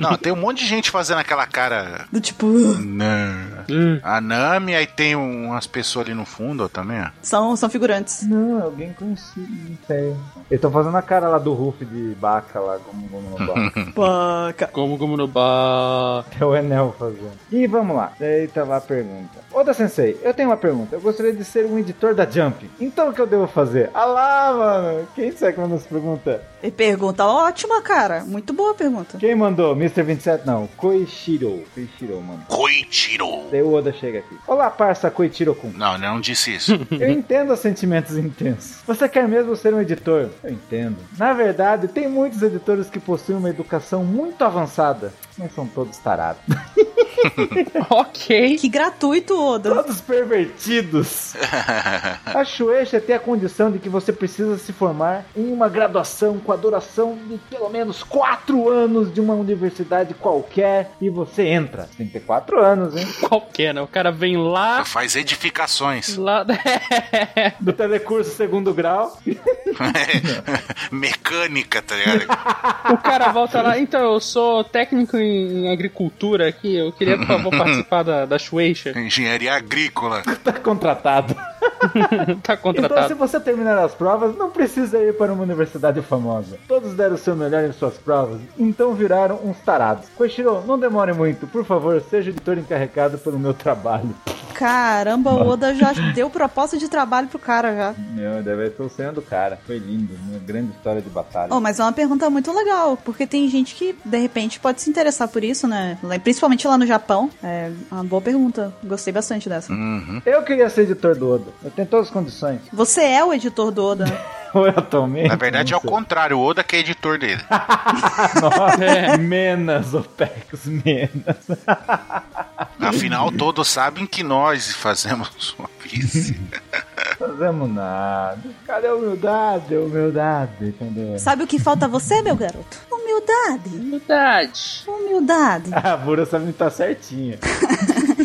Speaker 4: Não, tem um monte de gente fazendo aquela cara.
Speaker 2: Do tipo, "Ugh".
Speaker 4: Nã.
Speaker 1: Hum.
Speaker 4: A Nami, aí tem umas pessoas ali no fundo ó, também, ó.
Speaker 2: são, são figurantes.
Speaker 3: Não, alguém conhecido, não sei. Eles tão fazendo a cara lá do Ruffy de Baca lá, Gomu Gomu no Baca.
Speaker 2: Paca.
Speaker 1: Como, como no bar.
Speaker 3: É o Enel fazendo. E vamos lá, daí tá lá a pergunta: Oda Sensei, eu tenho uma pergunta. Eu gostaria de ser um editor da Jump. Então o que eu devo fazer? Ah lá, mano, quem será que mandou essa pergunta?
Speaker 2: E pergunta ótima, cara. Muito boa a pergunta.
Speaker 3: Quem mandou? Mr. 27 não, Koichiro. Koichiro, mano.
Speaker 4: Koichiro!
Speaker 3: Daí o Oda chega aqui. Olá, parça Koichiro-kun.
Speaker 4: Não, ele não disse isso.
Speaker 3: Eu entendo os sentimentos intensos. Você quer mesmo ser um editor? Eu entendo. Na verdade, tem muitos editores que possuem uma educação muito avançada. Mas são todos tarados.
Speaker 1: Ok.
Speaker 2: Que gratuito, Oda.
Speaker 3: Todos pervertidos. A Shueisha tem a condição de que você precisa se formar em uma graduação com a duração de pelo menos 4 anos de uma universidade qualquer e você entra. Tem que ter 4 anos, hein?
Speaker 1: Qualquer, né? O cara vem lá.
Speaker 4: Faz edificações.
Speaker 1: Lá.
Speaker 3: Do telecurso segundo grau.
Speaker 4: Mecânica, tá ligado?
Speaker 1: o cara volta lá. Então, eu sou técnico em em agricultura aqui. Eu queria, por favor, participar da, da Tá Shueisha.
Speaker 4: Engenharia agrícola.
Speaker 3: Tá contratado.
Speaker 1: Tá
Speaker 3: Então, se
Speaker 1: contratado.
Speaker 3: você terminar as provas, não precisa ir para uma universidade famosa. Todos deram o seu melhor em suas provas, então viraram uns tarados. Koichiro, não demore muito, por favor, seja o editor encarregado pelo meu trabalho.
Speaker 2: Caramba, o Oda já deu proposta de trabalho pro cara já.
Speaker 3: Meu, deve ser o sonho do cara. Foi lindo, uma grande história de batalha.
Speaker 2: Oh, mas é uma pergunta muito legal, porque tem gente que, de repente, pode se interessar por isso, né? Lá- Principalmente lá no Japão. É uma boa pergunta. Gostei bastante dessa.
Speaker 4: Uhum.
Speaker 3: Eu queria ser editor do Oda. Eu tenho todas as condições.
Speaker 2: Você é o editor do Oda. né?
Speaker 3: Ou eu atualmente?
Speaker 4: Na verdade é
Speaker 3: não
Speaker 4: o contrário, o Oda que é editor dele.
Speaker 3: sei. Nossa, Menas, Opex, menas.
Speaker 4: Afinal, todos sabem que nós fazemos uma Piece.
Speaker 3: Fazemos nada. Cadê a humildade? Humildade, cadê?
Speaker 2: Sabe o que falta a você, meu garoto? Humildade.
Speaker 1: Humildade.
Speaker 2: Humildade.
Speaker 3: A Bura sabe me tá certinha.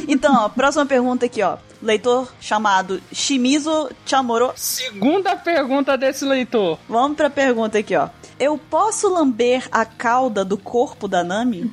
Speaker 2: Então, ó, próxima pergunta aqui, ó. Leitor chamado Shimizu Chamorro.
Speaker 1: Segunda pergunta desse leitor.
Speaker 2: Vamos pra pergunta aqui, ó. Eu posso lamber a cauda do corpo da Nami?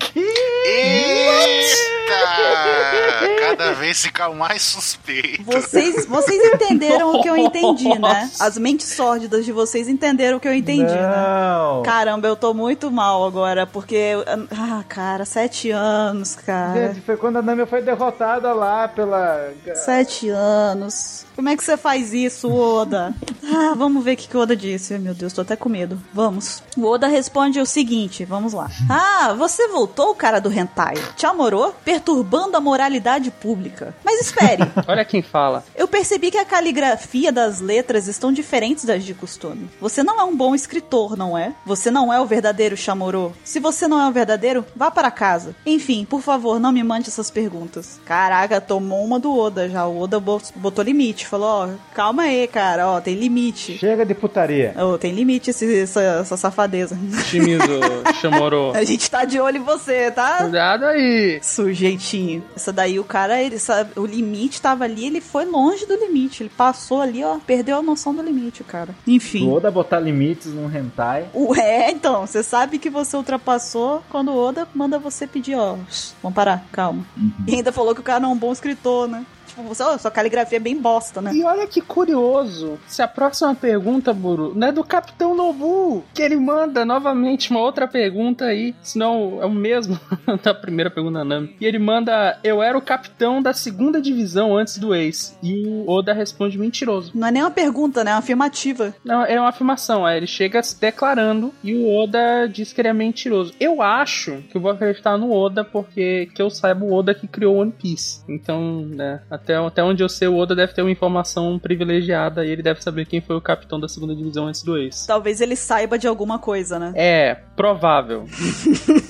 Speaker 4: Eita! Cada vez fica mais suspeito.
Speaker 2: Vocês, vocês entenderam o que eu entendi, né?
Speaker 1: Nossa.
Speaker 2: As mentes sórdidas de vocês entenderam o que eu entendi, né?
Speaker 3: Não.
Speaker 2: Caramba, eu tô muito mal agora, porque. Ah, cara, sete anos, cara.
Speaker 3: Gente, foi quando a Nami foi derrotada lá pela.
Speaker 2: Sete anos. Como é que você faz isso, Oda? Ah, vamos ver o que, que o Oda disse. Ai, Meu Deus, tô até com medo. Vamos. O Oda responde o seguinte, vamos lá. Ah, você voltou, cara do do hentai. Tchau, moro? Perturbando a moralidade pública. Mas espere,
Speaker 1: Olha quem fala.
Speaker 2: eu percebi que a caligrafia das letras estão diferentes das de costume. Você não é um bom escritor, não é? Você não é o verdadeiro chamorô. Se você não é o verdadeiro, vá para casa. Enfim, por favor, não me mande essas perguntas. Caraca, tomou uma do Oda já. O Oda bot- botou limite. Falou, ó, calma aí, cara, ó, tem limite.
Speaker 3: Chega de putaria.
Speaker 2: Ô, tem limite esse- essa- essa safadeza.
Speaker 1: Shimizu Chamorô.
Speaker 2: A gente tá de olho em você, tá?
Speaker 1: Cuidado aí.
Speaker 2: Sujeitinho. Essa daí, o cara, ele sabe, o limite tava ali, ele foi longe do limite. Ele passou ali, ó, perdeu a noção do limite, cara.
Speaker 3: O
Speaker 2: Enfim.
Speaker 3: Oda botar limites num hentai.
Speaker 2: O- É, então, você sabe que você ultrapassou quando o Oda manda você pedir, ó. "Shh, Vamos parar, calma.
Speaker 3: Uhum.
Speaker 2: E ainda falou que o cara não é um bom escritor, né? Tipo, você, ó, sua caligrafia é bem bosta, né?
Speaker 1: E olha que curioso, se a próxima pergunta, Buru, não é do Capitão Nobu, que ele manda novamente uma outra pergunta aí, senão é o mesmo da primeira pergunta da Nami. E ele manda, eu era o capitão da segunda divisão antes do ex. E o Oda responde mentiroso.
Speaker 2: Não é nem uma pergunta, né? É uma afirmativa.
Speaker 1: Não, é uma afirmação, aí ele chega se declarando e o Oda diz que ele é mentiroso. Eu acho que eu vou acreditar no Oda, porque que eu saiba o Oda que criou One Piece. Então, né, até, até onde eu sei, o Oda deve ter uma informação privilegiada e ele deve saber quem foi o capitão da segunda divisão antes do ex.
Speaker 2: Talvez ele saiba de alguma coisa, né?
Speaker 1: É, provável.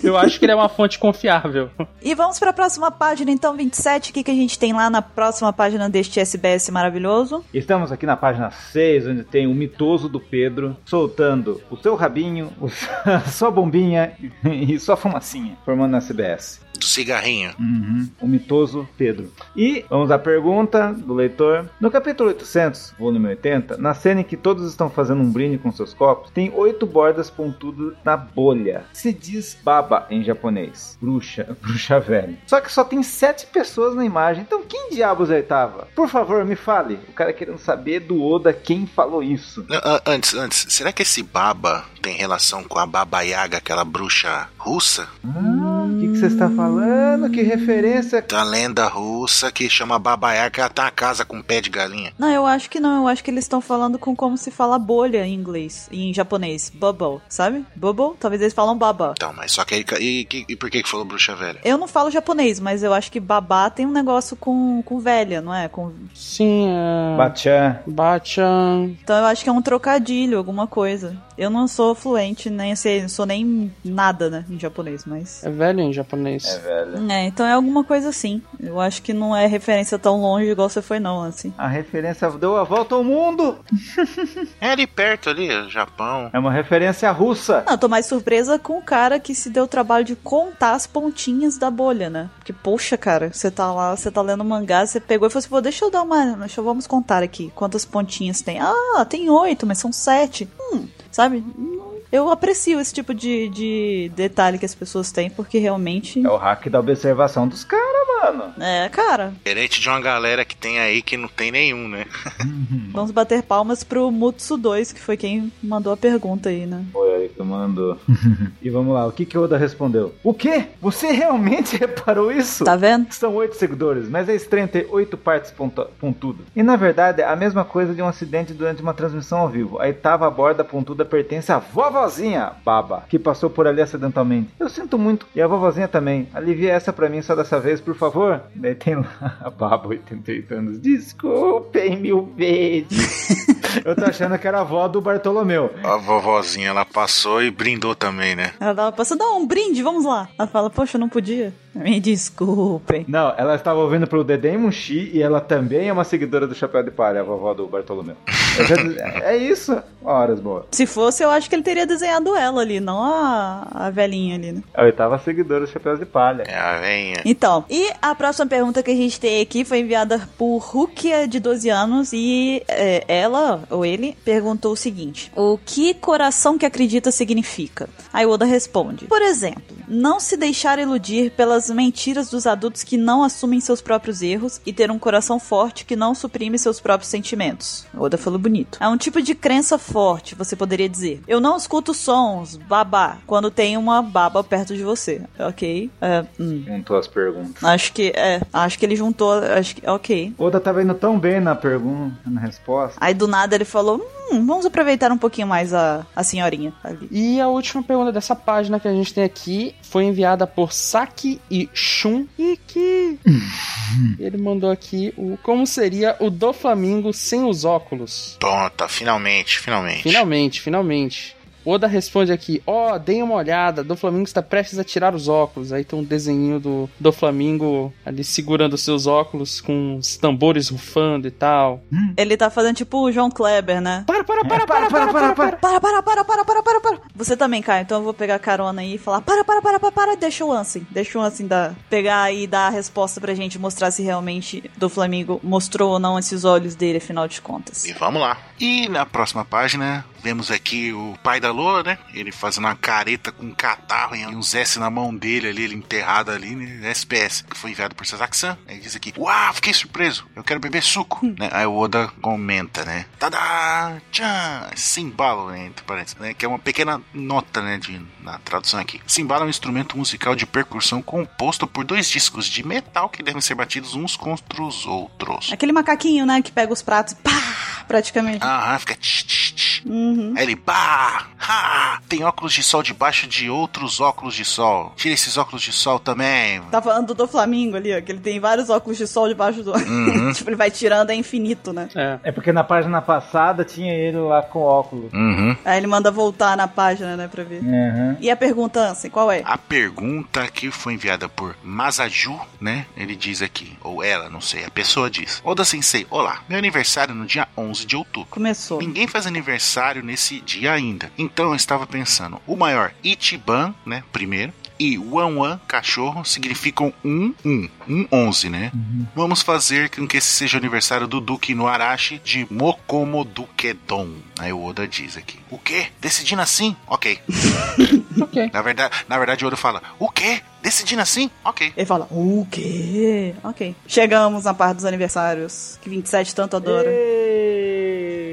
Speaker 1: eu acho que ele é uma fonte confiável.
Speaker 2: E vamos para a próxima página, então, 27. O que, que a gente tem lá na próxima página deste SBS maravilhoso?
Speaker 3: Estamos aqui na página 6, onde tem o mitoso do Pedro soltando o seu rabinho, o- a sua bombinha e sua fumacinha, formando a CBS.
Speaker 4: Do cigarrinho.
Speaker 3: Uhum. O mitoso Pedro. E vamos à pergunta do leitor. No capítulo 800, volume 80, na cena em que todos estão fazendo um brinde com seus copos, tem oito bordas pontudas na bolha. Se diz baba em japonês. Bruxa, bruxa velha. Só que só tem sete pessoas na imagem. Então quem diabos é a oitava? Por favor, me fale. O cara querendo saber do Oda quem falou isso.
Speaker 4: Não, a- Antes, antes, será que esse baba tem relação com a Baba Yaga, aquela bruxa russa?
Speaker 3: Ah, o que que você está falando? Que referência?
Speaker 4: Da lenda russa que chama Baba Yaga, ela tá na casa com pé de galinha.
Speaker 2: Não, eu acho que não. Eu acho que eles estão falando com como se fala bolha em inglês, em japonês. Bubble, sabe? Bubble? Talvez eles falam baba.
Speaker 4: Então, mas só que aí. E, que- e por que que falou bruxa velha?
Speaker 2: Eu não falo japonês, mas eu acho que babá tem um negócio com, com velha, não é? Com...
Speaker 1: Sim, é.
Speaker 3: Bachan.
Speaker 1: Bachan.
Speaker 2: Então eu acho que é um trocadilho, alguma coisa. Eu não sou fluente, nem sei, não sou nem nada, né, em japonês, mas.
Speaker 1: É velho em japonês.
Speaker 3: velho.
Speaker 2: É, então é alguma coisa assim. Eu acho que não é referência tão longe igual você foi, não, assim.
Speaker 3: A referência deu a volta ao mundo.
Speaker 4: É ali perto ali, o Japão.
Speaker 3: É uma referência russa.
Speaker 2: Não, eu tô mais surpresa com o cara que se deu o trabalho de contar as pontinhas da bolha, né? Porque, poxa, cara, você tá lá, você tá lendo mangá, você pegou e falou assim, pô, deixa eu dar uma. Deixa eu vamos contar aqui quantas pontinhas tem. Ah, tem oito, mas são sete. Hum, sabe? Não- Eu aprecio esse tipo de, de detalhe que as pessoas têm, porque realmente.
Speaker 3: É o hack da observação dos caras, mano.
Speaker 2: É, cara,
Speaker 4: Diferente de uma galera que tem aí que não tem nenhum, né?
Speaker 2: vamos bater palmas pro Mutsu 2, que foi quem mandou a pergunta aí, né?
Speaker 3: Foi aí que mandou. e vamos lá, o que que o Oda respondeu? O quê? Você realmente reparou isso?
Speaker 2: Tá vendo?
Speaker 3: São oito seguidores, mas é estranho ter oito partes pontu- pontudas. E na verdade, é a mesma coisa de um acidente durante uma transmissão ao vivo. A oitava borda pontuda pertence à vovozinha, baba, que passou por ali acidentalmente. Eu sinto muito. E a vovozinha também. Alivia essa pra mim só dessa vez, por favor. Daí tem lá a baba, 88 anos. Desculpem mil vezes. Eu tô achando que era a avó do Bartolomeu.
Speaker 4: A vovozinha, ela passou e brindou também, né?
Speaker 2: Ela tava passando, ah, um brinde, vamos lá. Ela fala, poxa, não podia. Me desculpem.
Speaker 3: Não, ela estava ouvindo pelo Dedém Munshi e ela também é uma seguidora do Chapéu de Palha, a vovó do Bartolomeu. Eu já disse- é isso. Horas boa.
Speaker 2: Se fosse, eu acho que ele teria desenhado ela ali, não a, a velhinha ali, né?
Speaker 3: A oitava seguidora do Chapéu de Palha.
Speaker 4: É a venha.
Speaker 2: Então, e a próxima pergunta que a gente tem aqui foi enviada por Rukia, de 12 anos, e é, ela, ou ele, perguntou o seguinte: O que coração que acredita significa? Aí o Oda responde: Por exemplo, não se deixar iludir pelas mentiras dos adultos que não assumem seus próprios erros e ter um coração forte que não suprime seus próprios sentimentos. Oda falou bonito. É um tipo de crença forte, você poderia dizer. Eu não escuto sons, babá, quando tem uma baba perto de você. Ok? É, hum.
Speaker 3: Juntou as perguntas.
Speaker 2: Acho que, é, acho que ele juntou, acho que, ok.
Speaker 3: Oda tava indo tão bem na pergunta, na resposta.
Speaker 2: Aí do nada ele falou, hum, hum, vamos aproveitar um pouquinho mais a, a senhorinha ali.
Speaker 1: E a última pergunta dessa página que a gente tem aqui foi enviada por Saki e Shun. E que ele mandou aqui o como seria o do Flamengo sem os óculos.
Speaker 4: Pronta, tá, finalmente, finalmente.
Speaker 1: Finalmente, finalmente. Oda responde aqui: Ó, deem uma olhada, do Flamengo está prestes a tirar os óculos. Aí tem um desenho do, do Flamengo ali segurando os seus óculos com os tambores rufando e tal.
Speaker 2: Ele tá fazendo tipo o João Kleber, né?
Speaker 1: Para, para, para, para, para, para, para, para.
Speaker 2: Para, para, para, para, para, para, para. Você também, cara, então eu vou pegar carona aí e falar: para, para, para, para, para, deixa o Ansem. Deixa o Ansem dar, pegar e dar a resposta pra gente mostrar se realmente do Flamengo mostrou ou não esses olhos dele, afinal de contas.
Speaker 4: E vamos lá. E na próxima página, vemos aqui o pai da Loa, né? Ele fazendo uma careta com um catarro e uns S na mão dele ali, ele enterrado ali, né? SPS, que foi enviado por Sasaki-san. Ele diz aqui, uau, fiquei surpreso, eu quero beber suco. né? Aí o Oda comenta, né? Tadá! Tchan! Simbalo, né? Entre parênteses, né? Que é uma pequena nota, né? De, na tradução aqui. Simbalo é um instrumento musical de percussão composto por dois discos de metal que devem ser batidos uns contra os outros.
Speaker 2: Aquele macaquinho, né, que pega os pratos, pá, praticamente.
Speaker 4: Aham, Ah, fica tch, tch, tch.
Speaker 2: Uhum.
Speaker 4: Aí ele, bah, ha, tem óculos de sol debaixo de outros óculos de sol. Tira esses óculos de sol também.
Speaker 2: Tá falando do Flamengo ali, ó, que ele tem vários óculos de sol debaixo do.
Speaker 4: Uhum.
Speaker 2: tipo, ele vai tirando, é infinito, né?
Speaker 1: É.
Speaker 3: É porque na página passada tinha ele lá com óculos.
Speaker 4: Uhum.
Speaker 2: Aí ele manda voltar na página, né, pra ver.
Speaker 3: Aham.
Speaker 2: E a pergunta, Ansem, qual é?
Speaker 4: A pergunta que foi enviada por Masaju, né? Ele diz aqui, ou ela, não sei, a pessoa diz: Oda Sensei, olá, meu aniversário é no dia 11 de outubro.
Speaker 2: Começou.
Speaker 4: Ninguém faz aniversário nesse dia ainda. Então eu estava pensando, o maior Ichiban, né, primeiro, e Wan Wan, cachorro, significam um, um, um onze, né? Vamos fazer com que esse seja o aniversário do Duque no Arashi de Mokomodukedon. Aí o Oda diz aqui, o quê? Decidindo assim? Ok.
Speaker 1: Ok.
Speaker 4: Na verdade, na verdade o Oda fala, o quê? Decidindo assim? Ok.
Speaker 2: Ele fala, o quê? Ok. Chegamos na parte dos aniversários, que 27 tanto adora.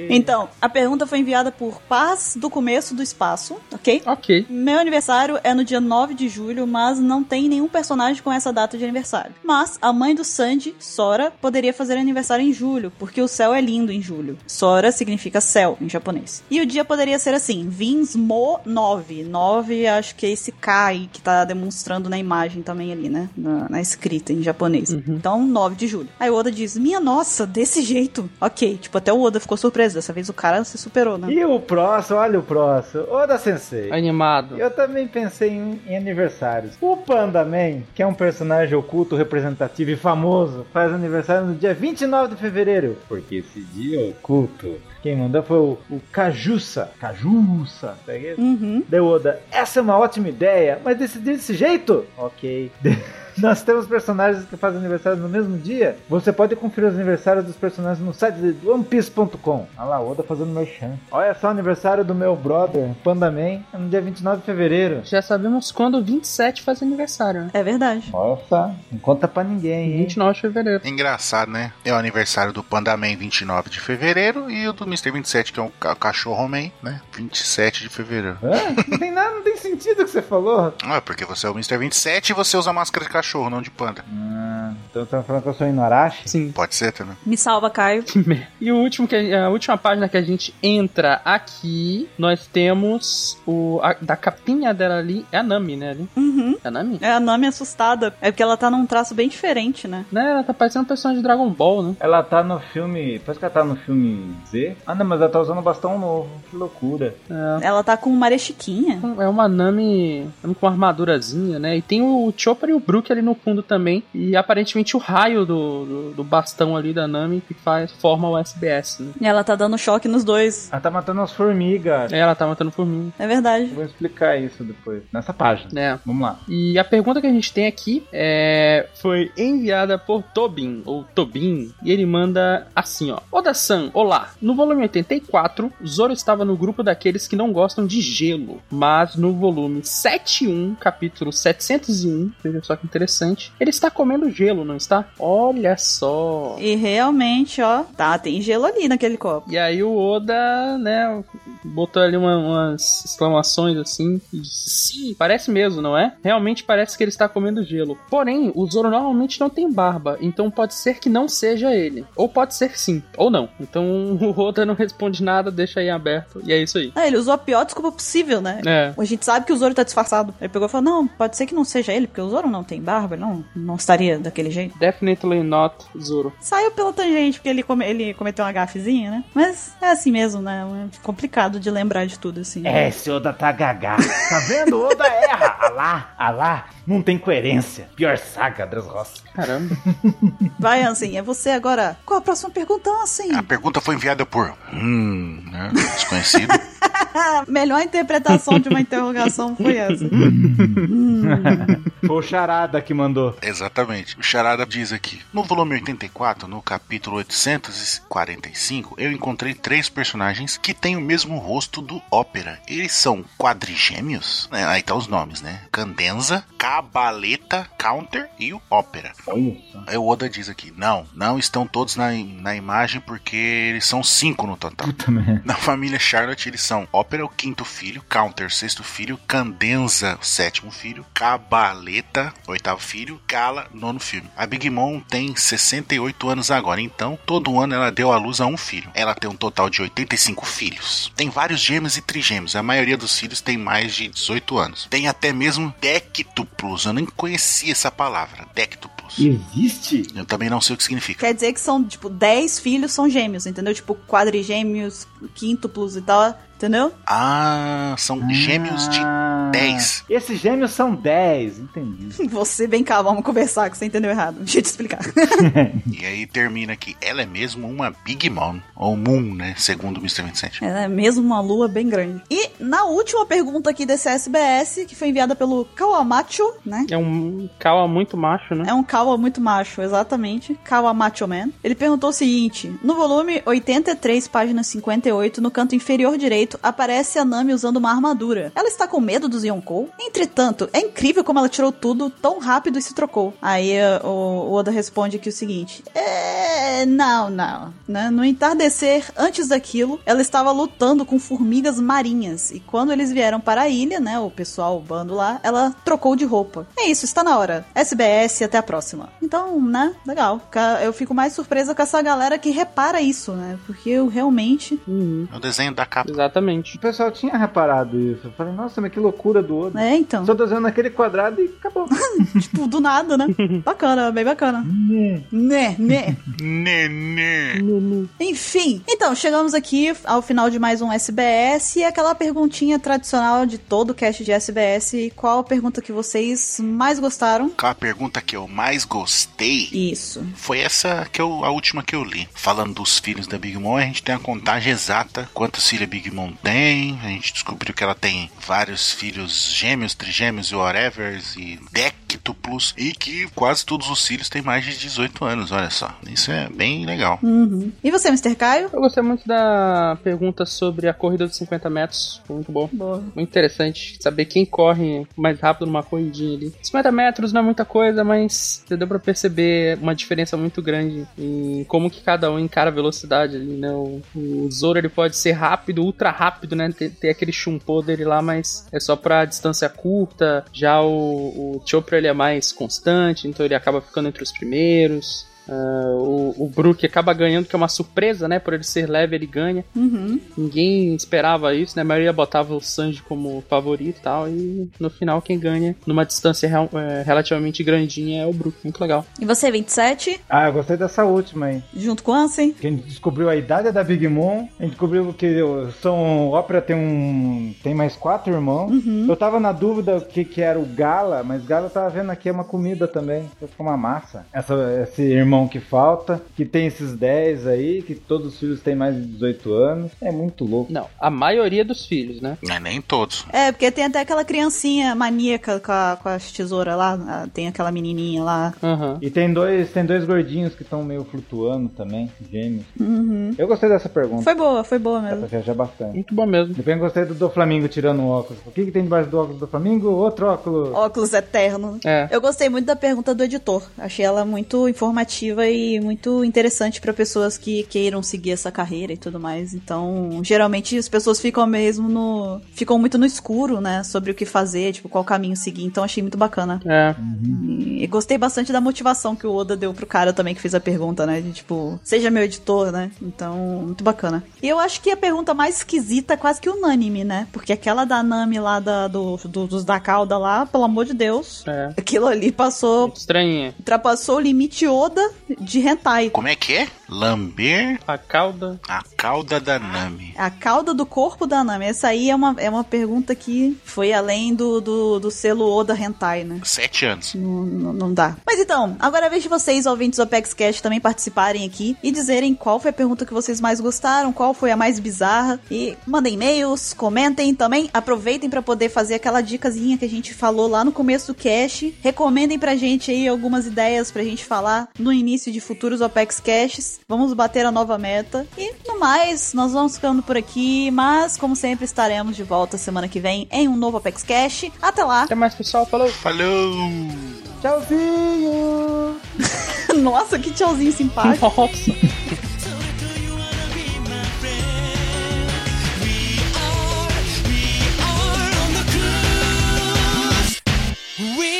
Speaker 2: Então, a pergunta foi enviada por Paz do Começo do Espaço, ok?
Speaker 1: Ok.
Speaker 2: Meu aniversário é no dia 9 de julho, mas não tem nenhum personagem com essa data de aniversário. Mas a mãe do Sandy, Sora, poderia fazer aniversário em julho, porque o céu é lindo em julho. Sora significa céu em japonês. E o dia poderia ser assim, Vinsmo 9. 9 acho que é esse Kai que tá demonstrando na imagem também ali, né? Na, na escrita em japonês. Então, 9 de julho. Aí o Oda diz, minha nossa, desse jeito. Ok, tipo, até o Oda ficou surpreso. Dessa vez o cara se superou, né?
Speaker 3: E o próximo, olha o próximo. Oda Sensei.
Speaker 1: Animado.
Speaker 3: Eu também pensei em, em aniversários. O Panda Man, que é um personagem oculto, representativo e famoso, faz aniversário no dia 29 de fevereiro. Porque esse dia é oculto. Quem mandou foi o, o Cajussa. Cajussa. Pega esse?
Speaker 2: Uhum.
Speaker 3: Deu Oda, essa é uma ótima ideia, mas decidir desse jeito? Ok. Nós temos personagens que fazem aniversário no mesmo dia. Você pode conferir os aniversários dos personagens no site de OnePiece.com. Olha lá, Oda fazendo merchan. Olha só o aniversário do meu brother, Panda Man, é no dia 29 de fevereiro.
Speaker 1: Já sabemos quando o 27 faz aniversário, né?
Speaker 2: É verdade.
Speaker 3: Olha só, não conta pra ninguém, hein?
Speaker 1: 29 de fevereiro.
Speaker 4: Engraçado, né? É o aniversário do Panda Man 29 de fevereiro e o do Mr. 27, que é o ca- cachorro man, né? 27 de fevereiro.
Speaker 3: Hã? Não tem nada, não tem sentido o que você falou.
Speaker 4: Ah, porque você é o Mr. 27 e você usa máscara de cachorro, não de panda.
Speaker 3: Ah, então estão falando que eu sou Inuarashi?
Speaker 1: Sim.
Speaker 4: Pode ser também.
Speaker 2: Me salva, Caio.
Speaker 1: E o último que a, a última página que a gente entra aqui, nós temos o a- da capinha dela ali é a Nami, né? Ali.
Speaker 2: Uhum.
Speaker 1: É a Nami.
Speaker 2: É, a Nami é assustada. É porque ela tá num traço bem diferente, né?
Speaker 1: Né, ela tá parecendo um personagem de Dragon Ball, né?
Speaker 3: Ela tá no filme. Parece que ela tá no filme Z. Ah, não, mas ela tá usando bastão novo. Que loucura.
Speaker 2: Ela tá com marechiquinha.
Speaker 1: É uma Nami Nami com uma armadurazinha, né? E tem o Chopper e o Brook ali no fundo também. E aparentemente o raio do, do, do bastão ali da Nami que faz, forma o SBS, né?
Speaker 2: E ela tá dando choque nos dois.
Speaker 3: Ela tá matando as formigas.
Speaker 1: Aí Ela tá matando por mim,
Speaker 2: É verdade.
Speaker 3: Vou explicar isso depois. Nessa página.
Speaker 1: né?
Speaker 3: Vamos lá.
Speaker 1: E a pergunta que a gente tem aqui é, foi enviada por Tobin, ou Tobin, e ele manda assim, ó. Oda-san, olá. No volume 84, Zoro estava no grupo daqueles que não gostam de gelo. Mas no um, volume 71, capítulo 701, veja só que interessante, ele está comendo gelo, não anos, tá? Olha só.
Speaker 2: E realmente, ó, tá, tem gelo ali naquele copo.
Speaker 1: E aí o Oda, né, botou ali uma- umas exclamações assim. e disse, Sim, parece mesmo, não é? Realmente parece que ele está comendo gelo. Porém, o Zoro normalmente não tem barba, então pode ser que não seja ele. Ou pode ser sim, ou não. Então o Oda não responde nada, deixa aí aberto. E é isso aí.
Speaker 2: Ah, ele usou a pior desculpa possível, né?
Speaker 1: É.
Speaker 2: A gente sabe que o Zoro tá disfarçado. Ele pegou e falou: Não, pode ser que não seja ele, porque o Zoro não tem barba, ele não, não estaria daquele jeito.
Speaker 1: Definitely not Zoro.
Speaker 2: Saiu pela tangente, porque ele, come- ele cometeu uma gafezinha, né? Mas é assim mesmo, né? É complicado de lembrar de tudo, assim.
Speaker 9: É, esse Oda tá gagá. Tá vendo? Oda erra. Alá, alá. Não tem coerência. Pior saga, Dras Roça.
Speaker 1: Caramba.
Speaker 2: Vai, Anzinha, é você agora. Qual a próxima pergunta, assim?
Speaker 4: A pergunta foi enviada por. Hum, né? Desconhecido.
Speaker 2: Melhor interpretação de uma interrogação foi essa.
Speaker 3: Foi o Charada que mandou.
Speaker 4: Exatamente. O Charada diz aqui: No volume 84, no capítulo 845, eu encontrei três personagens que têm o mesmo rosto do Ópera. Eles são quadrigêmeos? É, aí tá os nomes, né? Candenza, Cabaleta, Counter e o Ópera.
Speaker 3: Olha só.
Speaker 4: Aí o Oda diz aqui: Não, não estão todos na, na imagem porque eles são cinco no total.
Speaker 3: Puta merda.
Speaker 4: Na família Charlotte, eles são Ópera, o quinto filho, Counter, o sexto filho, Candenza, o sétimo filho, Cabaleta, oitavo filho, Gala, nono filho. A Big Mom tem 68 anos agora, então todo ano ela deu à luz a um filho. Ela tem um total de 85 filhos. Tem vários gêmeos e trigêmeos, a maioria dos filhos tem mais de 18 anos. Tem até mesmo dectuplos, eu nem conhecia essa palavra, dectuplos.
Speaker 3: Existe?
Speaker 4: Eu também não sei o que significa.
Speaker 2: Quer dizer que são, tipo, 10 filhos são gêmeos, entendeu? Tipo, quadrigêmeos, quíntuplos e tal, entendeu?
Speaker 4: Ah, são gêmeos de
Speaker 3: Ah.
Speaker 4: 10.
Speaker 3: Esses gêmeos são 10, entendi.
Speaker 2: Você, vem cá, vamos conversar, que você entendeu errado. Deixa eu te explicar.
Speaker 4: E aí termina aqui. Ela é mesmo uma Big Mom, ou Moon, né? Segundo o Mr. 27.
Speaker 2: Ela é mesmo uma lua bem grande. E na última pergunta aqui desse SBS, que foi enviada pelo Kawamacho, né?
Speaker 1: É um Kawa muito macho, né?
Speaker 2: É um Kawa muito macho, exatamente. Kawa Macho Man. Ele perguntou o seguinte: No volume 83, página 58, no canto inferior direito, aparece a Nami usando uma armadura. Ela está com medo dos Yonkou? Entretanto, é incrível como ela tirou tudo tão rápido e se trocou. Aí eh, o o Oda responde aqui o seguinte: É. Não, não. né? No entardecer, antes daquilo, ela estava lutando com formigas marinhas. E quando eles vieram para a ilha, né? O pessoal, o bando lá, ela trocou de roupa. É isso, está na hora. SBS, até a próxima. Então, né? Legal. Ca- Eu fico mais surpresa com essa galera que repara isso, né? Porque eu realmente.
Speaker 1: Uhum,
Speaker 4: É o desenho da capa.
Speaker 1: Exatamente.
Speaker 3: O pessoal tinha reparado isso. Eu falei, nossa, mas que loucura do Oda.
Speaker 2: É, então.
Speaker 3: Só desenhando naquele quadrado e acabou.
Speaker 2: Tipo, do nada, né? Bacana, bem bacana. Né, né.
Speaker 4: Nenê.
Speaker 2: Enfim, então chegamos aqui ao final de mais um SBS e aquela perguntinha tradicional de todo o cast de SBS: qual a pergunta que vocês mais gostaram?
Speaker 4: A pergunta que eu mais gostei
Speaker 2: Isso.
Speaker 4: foi essa que eu, a última que eu li. Falando dos filhos da Big Mom, a gente tem a contagem exata. Quantos filhos a Big Mom tem? A gente descobriu que ela tem vários filhos gêmeos, trigêmeos e whatever, e dectuplos, e que quase todos os filhos têm mais de 18 anos, olha só. Isso é bem legal.
Speaker 2: Uhum. E você, Mr. Caio?
Speaker 1: Eu gostei muito da pergunta sobre a corrida dos 50 metros. Foi muito bom.
Speaker 2: Boa.
Speaker 1: Muito interessante saber quem corre mais rápido numa corridinha ali. 50 metros não é muita coisa, mas você deu pra perceber uma diferença muito grande em como que cada um encara a velocidade ali, né? O, o Zoro ele pode ser rápido, ultra rápido, né? Ter, ter aquele chumpô dele lá, mas é só pra distância curta. Já o, o Chopper ele é mais constante, então ele acaba ficando entre os primeiros. Ah, o, o Brook acaba ganhando, que é uma surpresa, né? Por ele ser leve, ele ganha.
Speaker 2: Uhum.
Speaker 1: Ninguém esperava isso, né? A maioria botava o Sanji como favorito e tal. E no final, quem ganha numa distância real- é, relativamente grandinha é o Brook. Muito legal.
Speaker 2: E você, 27,
Speaker 3: Ah, eu gostei dessa última, hein?
Speaker 2: junto com o Ansem?
Speaker 3: Que a gente descobriu a idade da Big Mom. A gente descobriu que o São Ópera tem um. tem mais quatro irmãos.
Speaker 2: Uhum.
Speaker 3: Eu tava na dúvida o que, Então que era o Gala, mas Gala eu tava vendo aqui é uma comida também. Ficou uma massa. Essa, esse irmão irmão que falta, que tem esses 10 aí, que todos os filhos têm mais de 18 anos. É muito louco.
Speaker 1: Não, a maioria dos filhos, né?
Speaker 4: Não é nem todos.
Speaker 2: É, porque tem até aquela criancinha maníaca com a, com a tesoura lá, ah, tem aquela menininha lá.
Speaker 1: Aham.
Speaker 3: E tem dois, tem dois gordinhos que estão meio flutuando também, gêmeos.
Speaker 2: Uhum.
Speaker 3: Eu gostei dessa pergunta,
Speaker 2: Foi boa, foi boa
Speaker 3: dá pra
Speaker 2: mesmo.
Speaker 3: viajar bastante.
Speaker 1: Muito bom mesmo.
Speaker 3: Depois eu gostei do, do Flamingo tirando o óculos. O que, que tem debaixo do óculos do Flamingo? Outro óculos.
Speaker 2: Óculos eterno.
Speaker 1: É.
Speaker 2: Eu gostei muito da pergunta do editor. Achei ela muito informativa e muito interessante pra pessoas que queiram seguir essa carreira e tudo mais. Então, geralmente as pessoas ficam mesmo no. ficam muito no escuro, né? Sobre o que fazer, tipo, qual caminho seguir. Então, achei muito bacana.
Speaker 1: É.
Speaker 2: E gostei bastante da motivação que o Oda deu pro cara também que fez a pergunta, né? De tipo, seja meu editor, né? Então, muito bacana. E eu acho que a pergunta mais esquisita é quase que unânime, né? Porque aquela da Nami lá da, do, do- dos da cauda lá, pelo amor de Deus.
Speaker 1: É.
Speaker 2: Aquilo ali passou.
Speaker 1: Estranha.
Speaker 2: Ultrapassou o limite Oda de hentai.
Speaker 4: Como é que é? Lamber
Speaker 1: A cauda.
Speaker 4: a cauda da Nami.
Speaker 2: A cauda do corpo da Nami. Essa aí é uma, é uma pergunta que foi além do, do, do selo Oda Hentai, né?
Speaker 4: Sete anos.
Speaker 2: Não, não- não dá. Mas então, agora é vez de vocês, ouvintes do Apex Cash, também participarem aqui e dizerem qual foi a pergunta que vocês mais gostaram, qual foi a mais bizarra. E mandem e-mails, comentem também. Aproveitem pra poder fazer aquela dicasinha que a gente falou lá no começo do cast. Recomendem pra gente aí algumas ideias pra gente falar no início de futuros Apex Caches. Vamos bater a nova meta. E no mais, nós vamos ficando por aqui. Mas, como sempre, estaremos de volta semana que vem em um novo Apex Cash. Até lá!
Speaker 1: Até mais, pessoal. Falou.
Speaker 4: Falou!
Speaker 3: Tchauzinho!
Speaker 2: Nossa, que tchauzinho simpático!
Speaker 1: Nossa.
Speaker 7: We